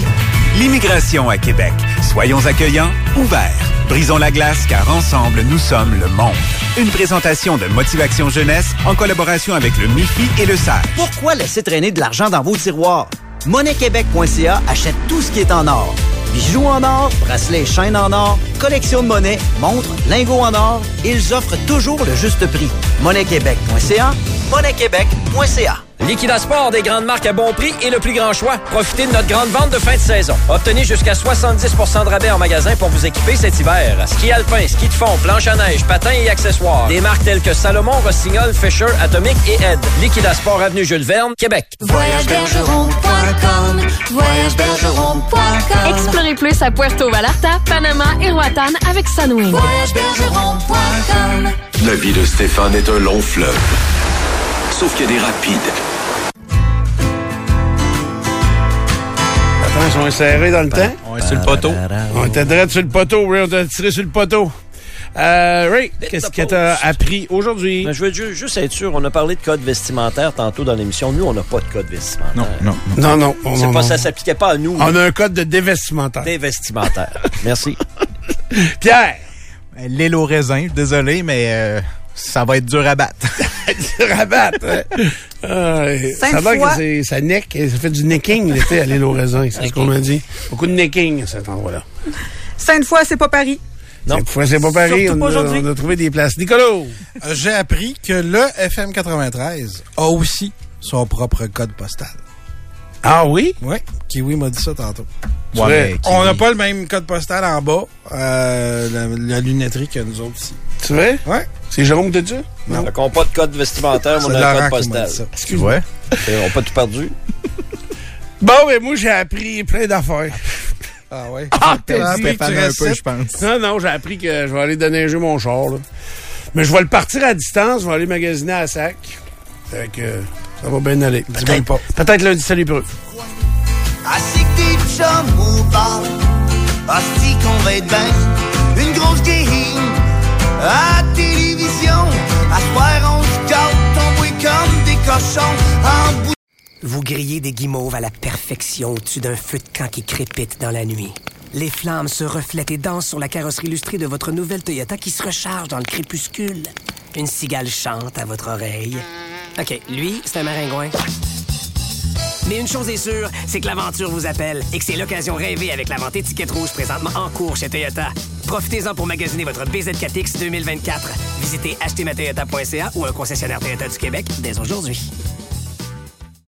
R: L'immigration à Québec. Soyons accueillants, ouverts. Brisons la glace car ensemble, nous sommes le monde. Une présentation de Motivation Jeunesse en collaboration avec le MIFI et le SAR.
S: Pourquoi laisser traîner de l'argent dans vos tiroirs? MonnaieQuébec.ca achète tout ce qui est en or. Bijoux en or, bracelets et chaînes en or, collection de monnaies, montres, lingots en or. Ils offrent toujours le juste prix. MonnaieQuébec.ca, MonnaieQuébec.ca.
T: Liquida Sport, des grandes marques à bon prix et le plus grand choix. Profitez de notre grande vente de fin de saison. Obtenez jusqu'à 70 de rabais en magasin pour vous équiper cet hiver. Ski alpin, ski de fond, planche à neige, patins et accessoires. Des marques telles que Salomon, Rossignol, Fisher, Atomic et Ed. Liquida Sport, avenue Jules Verne, Québec.
U: Voyagebergeron.com Voyagebergeron.com
P: Explorez plus à Puerto Vallarta, Panama et Roatan avec Sunwing. Voyagebergeron.com
I: La vie de Stéphane est un long fleuve. Sauf qu'il y a des rapides.
B: Attends, ils sont serrés dans le
C: Ben,
B: temps.
A: On est sur le poteau.
B: On était direct sur le poteau, Ray. On t'a tiré sur le poteau. Euh, Ray, qu'est-ce que t'as appris aujourd'hui?
C: je veux ju- juste être sûr, on a parlé de code vestimentaire tantôt dans l'émission. Nous, on n'a pas de code vestimentaire.
A: Non, non.
B: Non, non. non,
C: C'est
B: non, Ah,
C: pas,
B: non.
C: ça s'appliquait pas à nous.
B: On a un code de dévestimentaire.
C: Dévestimentaire. Merci.
B: Pierre!
A: L'île aux raisins, désolé, mais euh, ça va être dur à battre.
B: dur à battre. Euh,
A: Cinq
B: hein. ça a l'air
A: fois.
B: que c'est- ça neck, ça fait du necking l'été à l'île aux raisins, c'est ce qu'on m'a dit. Beaucoup de necking à cet endroit-là.
E: Sainte fois, c'est pas Paris.
B: Non. Cette fois, c'est pas pareil,
E: Surtout
B: on,
E: pas
B: a-
E: aujourd'hui.
B: on a trouvé des places. Nicolo!
D: Euh, J'ai appris que le FM 93 a aussi son propre code postal.
B: Ah oui?
D: Oui. Kiwi m'a dit ça tantôt.
B: Ouais, mais Kiwi-
D: On n'a pas le même code postal en bas, euh, la, la lunetterie que nous autres ici.
B: C'est vrai?
D: Oui.
B: C'est Jérôme de Dieu?
D: Non.
C: Fait qu'on n'a pas de code vestimentaire, mais on
D: C'est
C: a un code
D: Laurent qui m'a
C: postal.
D: dit ça.
C: Excuse-moi.
D: Ouais.
C: Et On n'a pas tout perdu.
B: Bon, ben moi, j'ai appris plein d'affaires.
D: Ah ouais?
B: Ah, t'as
D: Ah,
B: dit
D: ben,
B: que
D: Stéphane, un
B: tu
D: peu,
B: récites.
D: je pense.
B: Non, non, j'ai appris que je vais aller donner un jeu mon char. là. Mais je vais le partir à distance, je vais aller magasiner à sac. Fait que ça va bien aller. Dis-moi pas. Peut-être lundi, salut pour eux.
V: Assis que tes chums ou pas, Asti qu'on va être bien, une grosse guérine à télévision. À soir, on se gâte, on brûle comme des cochons en bout
W: Vous grillez des guimauves à la perfection au-dessus d'un feu de camp qui crépite dans la nuit. Les flammes se reflètent et dansent sur la carrosserie illustrée de votre nouvelle Toyota qui se recharge dans le crépuscule. Une cigale chante à votre oreille. OK, lui, c'est un maringouin. Mais une chose est sûre, c'est que l'aventure vous appelle et que c'est l'occasion rêvée avec la vente étiquette rouge présentement en cours chez Toyota. Profitez-en pour magasiner votre BZ4X 2024. Visitez htmatoyota.ca ou un concessionnaire Toyota du Québec dès aujourd'hui.